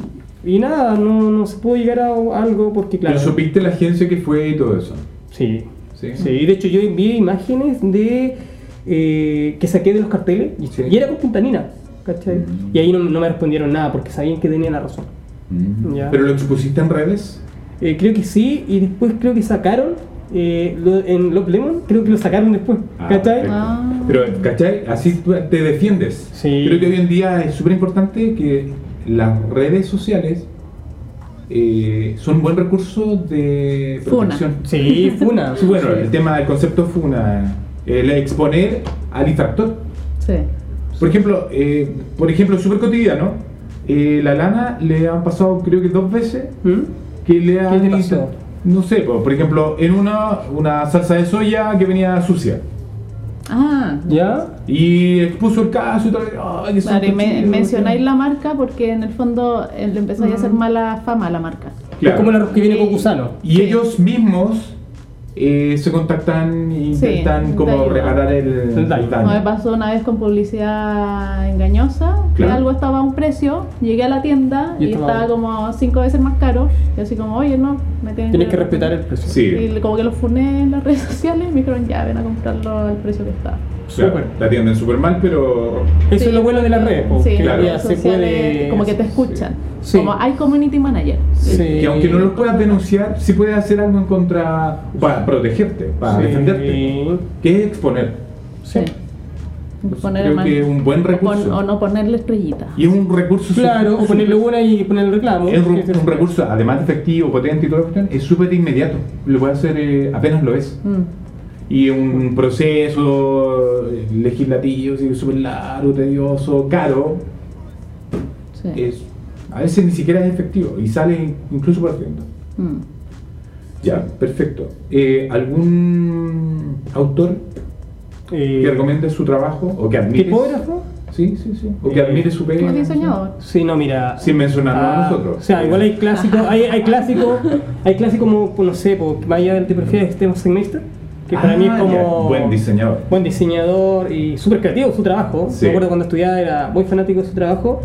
y nada, no, no se pudo llegar a algo porque, claro.
Pero supiste la agencia que fue y todo eso.
Sí,
Sí.
Sí, y de hecho yo envié imágenes de eh, que saqué de los carteles y,
Sí.
y era con pintanina, ¿cachai?
Mm.
Y ahí no, no me respondieron nada porque sabían que tenía la razón.
Mm.
Ya.
¿Pero lo expusiste en redes?
Eh, creo que sí, y después creo que sacaron eh, lo- en Love Lemon, creo que lo sacaron después.
Ah,
¿Cachai?
perfecto.
Ah.
Pero, ¿cachai? Así tú te defiendes.
Sí.
Creo que hoy en día es súper importante que las redes sociales eh, son un buen recurso de
Funa.
protección.
Sí, Funa.
Sí, [LAUGHS] bueno,
Sí.
el tema, el concepto funa, el exponer al infractor.
Sí.
Por ejemplo, eh, por ejemplo, súper cotidiano, eh, la lana le han pasado creo que dos veces
¿Mm?
que le han...
le pasó?
No sé, po, por ejemplo, en una, una salsa de soya que venía sucia.
Ah,
¿Ya?
Y expuso el caso y todo. Ay, que son
Claro, y me-
cochinos,
mencionáis
¿no?
la marca porque en el fondo eh, le empezáis a hacer mala fama a la marca.
Claro.
Es como la que viene con
Sí.
gusano.
Y
Sí.
ellos mismos eh, se contactan e
Sí,
intentan
de
como
ayuda.
reparar el,
El daño.
el
No, me
daño.
pasó una vez con publicidad engañosa, que
Claro.
algo estaba a un precio, llegué a la tienda
Y
y,
estaba-
estaba como cinco veces más caro, y así como, oye, no, me tienen
Tienes que respetar el precio.
Sí.
Y le- como que lo funé en las [LAUGHS] redes sociales y me dijeron, ya, ven a comprarlo al precio que está.
Claro,
Súper.
la atienden súper mal, pero eh,
Eso
Sí.
es lo bueno de las redes, porque
Sí,
hoy
claro.
día se
sociales,
puede...
Como que te escuchan.
Sí.
Como hay community manager.
Sí.
que aunque no los puedas denunciar, sí puedes hacer algo en contra para protegerte, para
Sí.
defenderte. Que es exponer.
Sí.
Sí. Poner
Creo
mal-
que es un buen
o pon-
recurso.
O, no ponerle estrellitas.
Y es un recurso
Claro, o ponerle una y ponerle reclamo.
Es
que
un,
se-
un recurso, además de efectivo, potente y toda la cuestión, es súper inmediato. Lo puede hacer eh, apenas lo es.
Mm.
Y un proceso eh, legislativo, sí, súper largo, tedioso, caro,
Sí.
es, a veces ni siquiera es efectivo y sale incluso partiendo.
Mm.
Ya, perfecto. Eh, ¿Algún autor
Eh,
que recomiende su trabajo o que admire?
¿Tipógrafo?
Sí, sí, sí. O que
Eh,
admire su pega.
Como diseñador.
Sí, no, mira. Ah,
Sin mencionarlo a nosotros.
O sea, igual hay clásicos, hay, hay clásicos, hay clásicos como, no sé, po, más allá del te prefieres Steve Sigmeister, que para
Ah,
mí es como...
ya, Buen diseñador.
buen diseñador y súper creativo su trabajo.
Sí.
Me acuerdo cuando estudiaba era muy fanático de su trabajo.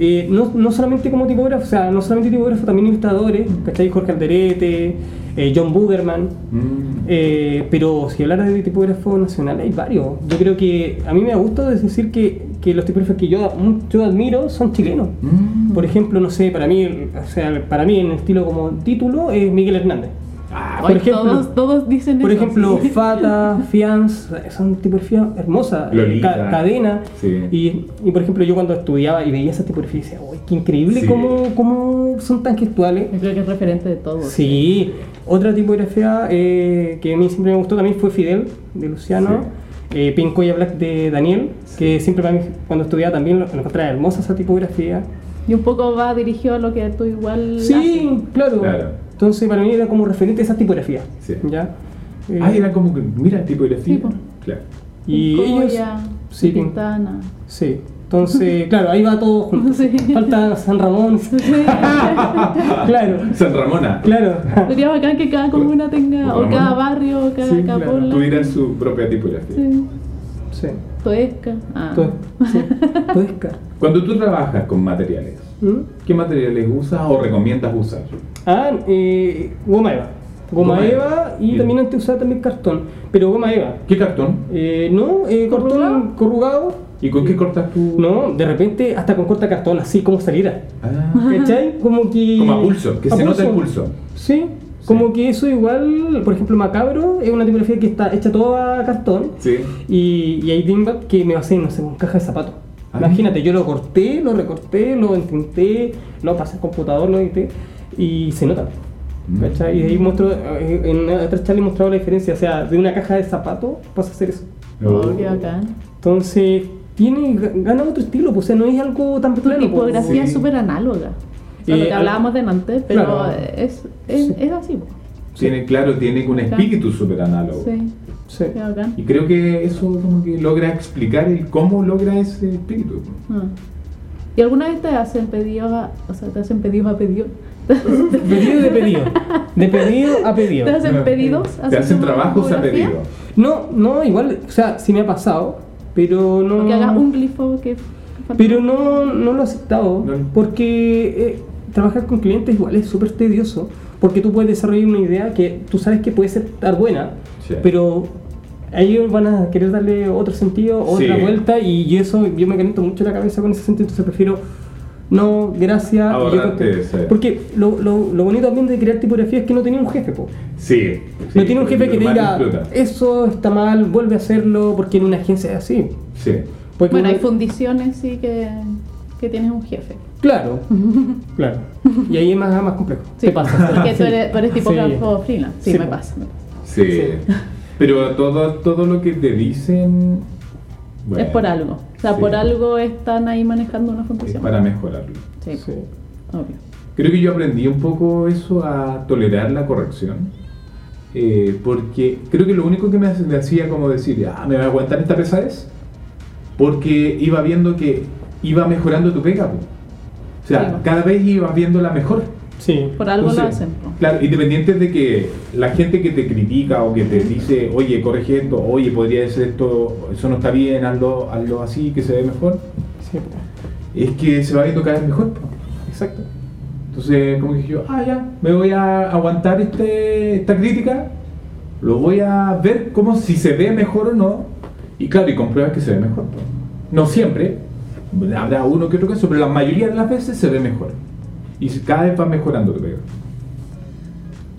Eh, no, no solamente como tipógrafo, o sea, no solamente tipógrafo, también ilustradores, ¿cachai? Jorge Alderete, eh, John Buberman.
Mm.
Eh, pero si hablaras de tipógrafo nacional, hay varios. Yo creo que a mí me gusta decir que, que los tipógrafos que yo, yo admiro son chilenos.
Mm.
Por ejemplo, no sé, para mí, el- o sea, para mí en estilo como título es Miguel Hernández.
Ah,
por
Hoy
ejemplo-
todos, todos dicen
Por
eso.
ejemplo,
Sí. [LAUGHS]
Fata, Fianz, son tipografías hermosas,
Lolita.
ca- cadena.
Sí.
Y, y, por ejemplo, yo cuando estudiaba y veía esas tipografías decía, uy, qué increíble
Sí.
cómo, cómo son tan gestuales.
Yo creo que es referente de todos.
Sí, otra tipografía eh, que a mí siempre me gustó también fue Fidel, de Luciano. Eh, Pincoya Black de Daniel, que siempre para mí, cuando estudiaba también lo lo encontraba hermosa esa tipografía.
Y un poco va dirigido a lo que tú igual.
Sí, claro.
Claro.
Ah, Entonces para mí era como referente esa tipografía.
Sí.
¿ya? Eh,
Ah, era como que, mira, tipografía.
Sí, po.
claro.
y ellos, sí,
sí, Quintana. [LAUGHS]
Sí. Entonces, [LAUGHS] claro, ahí va todo junto.
Sí.
Falta San [LAUGHS] Ramón. claro,
San Ramona
[LAUGHS] claro.
Sería bacán que cada comuna tenga, o
Ramona.
cada barrio, o cada
Sí,
cada
claro.
pueblo.
tuviera su propia tipografía.
Sí.
Sí.
Toesca. Ah.
Todo, sí. todo es caro.
Cuando tú trabajas con materiales,
¿Mm?
¿qué materiales usas o recomiendas usar?
Ah, eh, goma eva. Goma,
Goma eva.
eva y
Bien.
también antes usaba también cartón. Pero goma eva.
¿Qué cartón?
Eh, no, eh, cartón corrugado.
¿Y con qué cortas tu...?
No, de repente hasta con corta cartón, así como saliera.
Ah,
¿Cachai? Como que.
como a pulso, que
a
se nota el pulso.
Sí, como que eso igual, por ejemplo, Macabro es una tipografía que está hecha toda a cartón.
Sí.
Y, y hay Dimbat que me va a hacer, no sé, con caja de zapatos.
Ah.
Imagínate, yo lo corté, lo recorté, lo entinté, lo pasé al computador, lo edité y se nota.
Mm.
¿Cachai? Y ahí muestro, eh, en otras charlas he mostrado la diferencia, o sea, de una caja de zapatos pasa a hacer eso.
Oh, qué bacán.
Entonces, tiene, gana otro estilo, pues, o sea, no es algo tan
Tu
plano. pues.
tipografía es
Sí.
súper análoga. O sea,
Eh,
lo que
al-
hablábamos de antes, pero
Claro.
es, es,
Sí.
es así. po.
Tiene, claro, tiene un espíritu súper análogo.
Sí,
Sí.
qué bacán.
Y creo que eso como que logra explicar el cómo logra ese espíritu.
Ah. ¿Y alguna vez te hacen pedidos a, o sea, te hacen pedidos a pedido? [LAUGHS] ¿Te
Pedido de pedido. De pedido a pedido.
hacen pedidos?
Te hacen
una
trabajos a
tipografía?
pedido.
No, no, igual, o sea, sí me ha pasado, pero no.
O que hagas un glifo que.
Mm. Pero no, no lo he aceptado,
No.
porque eh, trabajar con clientes igual es súper tedioso, porque tú puedes desarrollar una idea que tú sabes que puede ser tan buena,
Sí.
pero ellos van a querer darle otro sentido, otra
Sí.
vuelta, y yo eso, yo me caliento mucho la cabeza con ese sentido, entonces prefiero No, gracias.
Ahora
yo creo que-
antes, sí.
Porque lo, lo- lo bonito también de crear tipografía es que no tenía un jefe, po.
Sí.
no tiene un
sí,
jefe que te
más
diga, "Eh".
disfruta.
eso está mal, vuelve a hacerlo, porque en una agencia es así.
Sí.
Porque
Bueno,
uno-
hay fundiciones sí que, que tienes un jefe. [LAUGHS]
Claro, claro. Y ahí es más, más complejo.
Sí,
Te pasa.
[LAUGHS] Porque tú
Sí.
eres, tú eres tipógrafo freelance. Sí,
Sí,
me
po.
pasa.
Sí.
Sí.
Pero todo, todo lo que te dicen. bueno,
es por algo. O sea,
sí.
por algo están ahí manejando una
Es
fundición.
para mejorarlo.
Sí,
Sí.
obvio.
Creo que yo aprendí un poco eso a tolerar la corrección. eh, porque creo que lo único que me, hace- me hacía como decir, ah, me voy a aguantar esta pesadez, porque iba viendo que iba mejorando tu pega. po. O sea,
Sí, po.
cada vez ibas viéndola mejor.
Pues Sí.
Por algo lo
Entonces,
hacen. po.
Claro, independiente de que la gente que te critica o que te dice, oye, corrige esto, oye, podría ser esto, eso no está bien, hazlo, hazlo así, que se ve mejor,
sí.
es que se va viendo cada vez mejor. po.
Exacto.
Entonces, como que dije yo, ah, ya, me voy a aguantar este, esta crítica, lo voy a ver como si se ve mejor o no, y claro, y compruebas que se ve mejor. po. No siempre, habrá uno que otro caso, pero la mayoría de las veces se ve mejor. Y cada vez va mejorando, creo.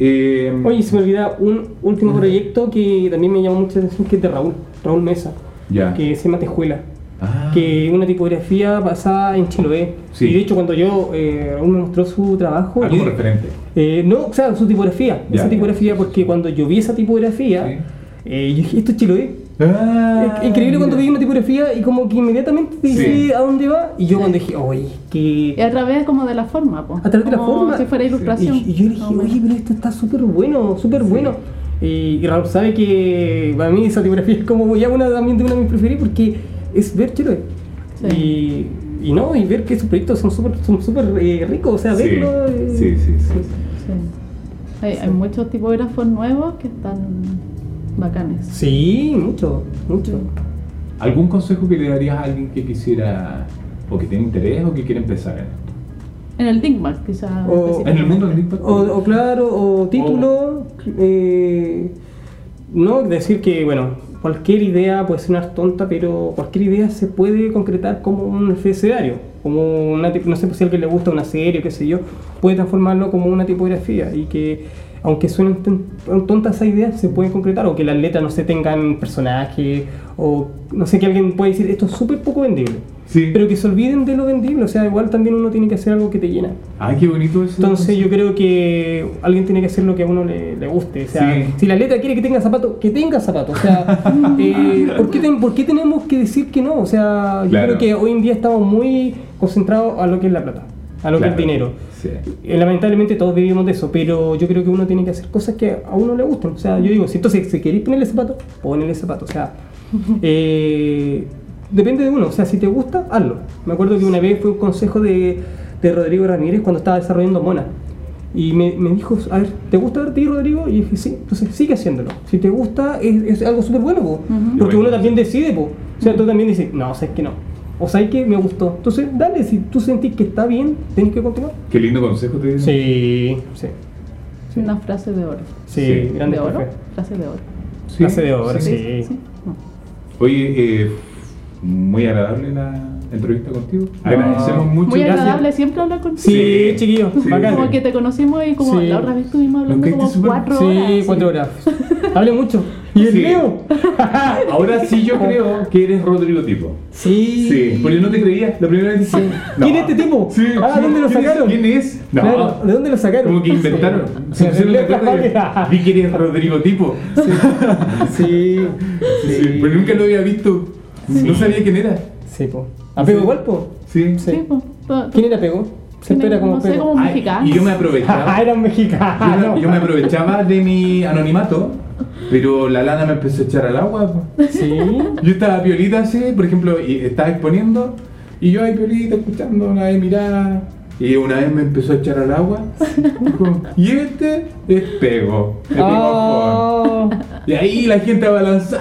Eh,
Oye, se me olvida un último proyecto que también me llamó mucha atención, que es de Raúl, Raúl Mesa,
ya.
que se llama Tejuela,
Ah,
que es una tipografía basada en Chiloé.
Sí.
Y de hecho cuando yo, eh, Raúl me mostró su trabajo...
ah,
yo-
como referente.
eh, no, o sea, su tipografía,
Ya, ya.
esa tipografía, porque cuando yo vi esa tipografía, eh, yo dije, esto es Chiloé.
Ah,
Es increíble cuando vi
mira.
una tipografía y como que inmediatamente te dice
Sí.
a dónde va. Y yo
Sí.
cuando dije, oye,
Y
que...
a través como de la forma. Po.
A través de la
Como
forma.
Si fuera
Sí.
Y,
ilustración. Ah,
y yo le dije,
Más o menos.
oye, pero esto está súper bueno, súper bueno. Y, y Raúl sabe que para mí esa tipografía es como ya una también de una de mis preferidas porque es ver Chiloé.
Sí.
Y, y no, y ver que sus proyectos son súper son súper, eh, ricos, o sea,
Sí,
verlo... eh,
sí, sí, sí, sí.
Sí. Hay, hay muchos tipógrafos nuevos que están bacanes.
Sí, mucho, mucho.
¿Algún consejo que le darías a alguien que quisiera, o que tiene interés, o que quiere empezar en esto?
En el Digmac, quizás.
O-
En el mundo del TikTok.
O, o claro, o título. eh, no decir que, bueno, cualquier idea puede sonar tonta, pero cualquier idea se puede concretar como un escenario. Como una, tip- no sé, pues, si a alguien le gusta una serie, qué sé yo, puede transformarlo como una tipografía y que. Aunque suenen ton- tontas esas ideas, se pueden concretar, o que las letras no se tengan personajes, o no sé, que alguien puede decir esto es súper poco vendible,
Sí.
pero que se olviden de lo vendible, o sea, igual también uno tiene que hacer algo que te llena.
Ay, qué bonito eso.
Entonces yo creo que alguien tiene que hacer lo que a uno le, le guste. O sea,
Sí.
si la letra quiere que tenga zapato, que tenga zapato.
[LAUGHS]
O sea, eh, ¿por, qué ten- por qué tenemos que decir que no? O sea, yo
Claro.
creo que hoy en día estamos muy concentrados a lo que es la plata, a lo que es el dinero.
Sí.
Eh, Lamentablemente todos vivimos de eso, pero yo creo que uno tiene que hacer cosas que a uno le gusten. O sea, yo digo, si entonces si queréis ponerle zapato, ponele zapato. O sea, eh, depende de uno. O sea, si te gusta, hazlo. Me acuerdo que una vez fue un consejo de, de Rodrigo Ramírez cuando estaba desarrollando Mona. Y me, me dijo, a ver, ¿te gusta a ti, Rodrigo? Y dije, sí, entonces sigue haciéndolo. Si te gusta, es, es algo súper bueno, po.
Ujú.
porque
Bueno.
uno también decide, po. O sea, tú también dices, no, sabes que no. O sabes que me gustó. Entonces, dale, si tú sentís que está bien, tenés que continuar.
Qué lindo consejo te dieron.
Sí, sí. Sí,
Una frase de oro.
sí,
Sí.
grande
¿De oro?
profe.
Frase de oro.
Sí,
Clase de obra,
sí.
sí.
Oye, eh, muy agradable la entrevista contigo. Agradecemos mucho.
Muy
gracias.
agradable siempre hablar contigo.
Ah. Sí,
Sí.
chiquillos,
Sí.
bacán.
Como que te conocimos y como
Sí.
la otra vez estuvimos hablando
Nunca
como
te supe-
cuatro
sí,
horas.
cuatro
sí.
horas. Hable mucho. ¿Y el
Sí.
Leo?
[LAUGHS] Ahora sí yo creo que eres Rodrigo Tipo.
sí.
Sí, porque no te creía la primera vez. dije, no.
¿Quién es este tipo?
Sí,
Ah,
sí,
¿dónde lo
¿quién es-
sacaron?
¿Quién es? No.
Claro, ¿de dónde lo sacaron?
Como que inventaron.
Sí. Ah,
Se pusieron de
Leo [LAUGHS]
acuerdo y-
Capalia.
Vi que eres Rodrigo Tipo.
Sí.
Sí, Pero nunca lo había visto. No sabía quién era.
Sí, po. ¿Apego
Ah, Sí.
igual, po?
Sí.
Sí, pues. todo-
¿Quién era Pego? Se
¿Quién
espera
era?
como
No sé,
Pego.
como-
Ay,
mexicano.
y yo me aprovechaba.
[LAUGHS] Ah, era un
Yo me-
mexicano.
Yo me aprovechaba de mi anonimato, pero la lana me empezó a echar al agua. po.
Sí.
Yo estaba piolita así, por ejemplo, y estaba exponiendo, y yo ahí piolita escuchando, una vez miraba, y una vez me empezó a echar al agua. dijo, y este es pego. el pegofón".
Oh.
Y ahí la gente abalanzándose.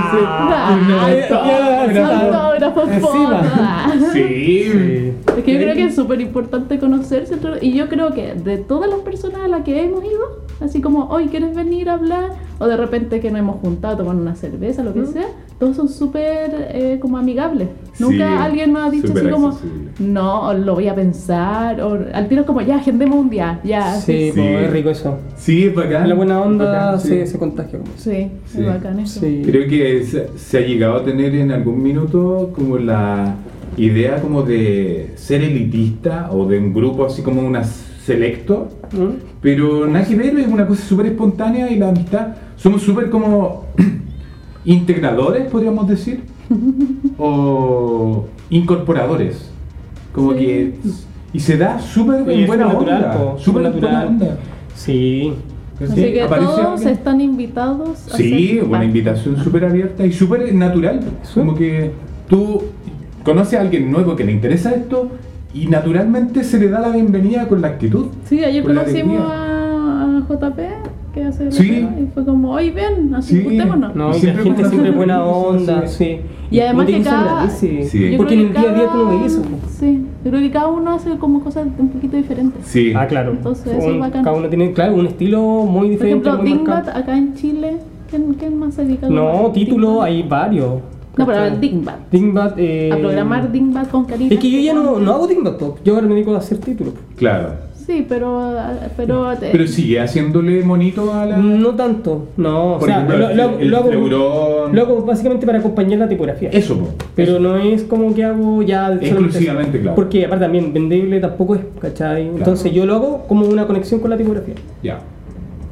Ah,
y me mató,
ya,
me
ya,
mató.
Autógrafos,
Encima.
fotos, ah.
Sí.
Es que yo creo que es súper importante conocerse. todo- Y yo creo que de todas las personas a las que hemos ido, así como, hoy ¿quieres venir a hablar? O de repente que nos hemos juntado a tomar una cerveza, lo que sea. Todos son súper eh, como amigables.
Sí,
Nunca alguien nos ha dicho
súper
así como,
accesible.
no, o lo voy a pensar. O al tiro es como, ya, agendemos un día. Ya,
Sí,
Sí.
po, es rico eso.
Sí, es bacán.
La buena onda
Bacán, sí.
se, se contagia. como eso.
Sí, es
Sí.
bacán eso.
Sí.
Creo que se, se ha llegado a tener en algún minuto como la idea como de ser elitista o de un grupo así como una selecto,
¿Mm?
pero nada que ver, es una cosa súper espontánea y la amistad, somos súper como [CLEARS THROAT] integradores, podríamos decir, o incorporadores, como
Sí.
que... Y se da súper
Y
en
es
buena
natural,
onda,
po,
súper en buena
natural.
onda.
Sí.
Así que
aparece
todos
alguien-
están invitados. a
Sí,
ser
una
parte.
invitación súper abierta y súper natural. Como que tú conoces a alguien nuevo que le interesa esto y naturalmente se le da la bienvenida con la actitud.
Sí, ayer
con la
conocimos
alegría.
a, a JP, que hace el
Sí.
rapero, y fue como, hoy ven, así
Sí.
juntémonos.
No,
Y
y
siempre
la gente
con-
siempre es buena onda, sí.
Y además
no te
que
cruzan
cada-
la bici.
Sí. Yo
Porque en
creo
el
que
día a día tú no
cada-
veías eso. pues. po.
Sí, yo creo que cada uno hace como cosas un poquito diferentes.
Sí.
Ah, claro.
Entonces, eso es
Un-
bacán.
Cada uno tiene, claro, un estilo muy
Por
diferente.
ejemplo,
muy
Dingbat
marcado.
acá en Chile, ¿quién, quién más se dedica a
No,
programar?
título,
Dingbat.
hay varios.
No, pero
¿cachai?
el Dingbat.
Dingbat, eh,
A programar Dingbat con cariño.
Es que yo ya no, no hago Dingbat, po. yo ahora me dedico a hacer títulos.
Claro.
Sí, pero. ah, pero, te-
Pero sigue haciéndole monito a la.
No tanto, no.
Por
Mm, o sea,
ejemplo,
lo,
el-
lo-
el
lo hago,
fleuron.
lo hago básicamente para acompañar la tipografía.
Eso, po.
Pero no es como que hago ya solamente eso.
Exclusivamente, claro.
Porque aparte también vendible tampoco es, ¿cachai? Entonces yo lo hago como una conexión con la tipografía.
Ya.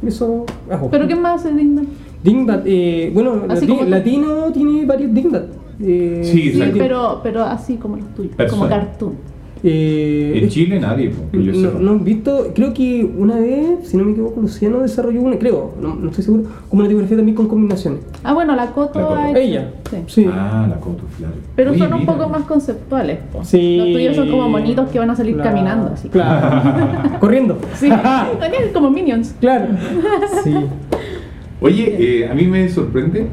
Eso hago.
¿Pero quién más hace Dingbat?
Dingbat, eh, bueno,
Así
lati-
como tú.
Latino tiene varios Dingbat. eh,
Sí,
Sí,
exacto.
pero, pero así como los tuyos, como
Persona.
cartoon.
eh,
En
es-
Chile nadie, po, que yo
no,
sepa.
no han visto, creo que una vez, si no me equivoco, Luciano desarrolló una, creo, no, no estoy seguro, como una tipografía también con combinaciones.
Ah, bueno, la Coto
La Coto.
ha hecho-
Ella,
sí.
sí.
Ah, la coto, claro.
Pero
Oye,
son un
mira.
poco más conceptuales. po.
Sí.
Los tuyos son como monitos que van a salir
Claro,
caminando. Así.
[LAUGHS]
Claro. Corriendo.
Sí,
[LAUGHS]
también como minions.
Claro. Sí.
Oye, eh, a mí me sorprende,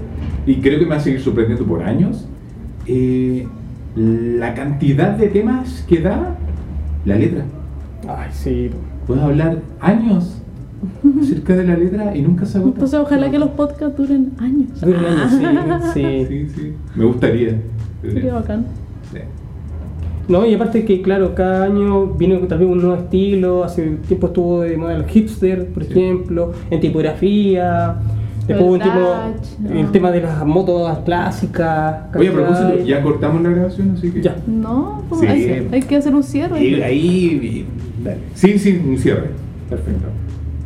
y creo que me va a seguir sorprendiendo por años, eh, la cantidad de temas que da la letra.
Ay, sí.
Puedes hablar años acerca de la letra y nunca se agota.
Entonces, ojalá que los podcasts duren años. Ah,
Dura un año, sí, sí.
Sí, sí. Me gustaría.
[LAUGHS] Sería bacán.
Sí.
No, y aparte que, claro, cada año vino tal vez un nuevo estilo, hace tiempo estuvo de moda los hipster, por
Sí.
ejemplo, en tipografía, después
El
hubo un tipo-
Dutch, no.
el tema de las motos clásicas.
Oye, a
¿cachai?
propósito, ya cortamos la grabación, así que.
Ya.
No, pues,
Sí.
hay, hay que hacer un cierre.
Y ahí. y- Dale. Sí, sí, un cierre. Perfecto.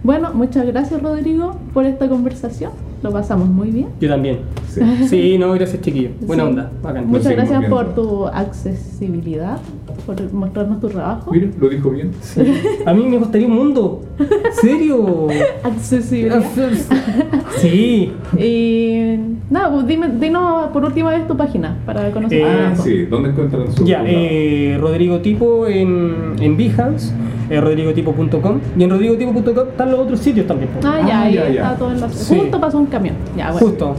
Bueno, muchas gracias, Rodrigo, por esta conversación. Lo pasamos muy bien.
Yo también.
Sí.
Sí, no, gracias chiquillo. Buena
Sí.
onda, bacán.
Muy-
Muchas
seguimos
gracias
viendo.
por tu accesibilidad, por mostrarnos tu trabajo.
Mira, lo dijo bien.
Sí. A mí me gustaría un mundo. ¿Serio?
[LAUGHS]
Accesibilidad.
Sí.
Y nada, pues dime, dinos por última vez tu página para conocer.
Eh,
tu
Ah,
trabajo.
sí. ¿Dónde encuentran su.?
Ya,
programa?
eh, Rodrigo Tipo en, en Behance, eh, rodrigotipo.com y en rodrigotipo.com están los otros sitios también. po.
Ah, ya,
Ah,
ahí
ya, ya.
está todo enlace.
Sí.
Justo pasó un camión. Ya, bueno.
Justo.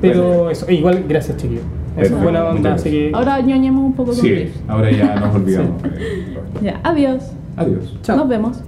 Pero eso, eh, igual gracias chiquillo. Eso
Perfecto,
buena
muchas
onda, así que
Ahora ñoñemos un poco con
Sí,
Chris.
ahora ya
[LAUGHS]
nos olvidamos.
Ya, adiós.
Adiós.
Chao.
Nos vemos.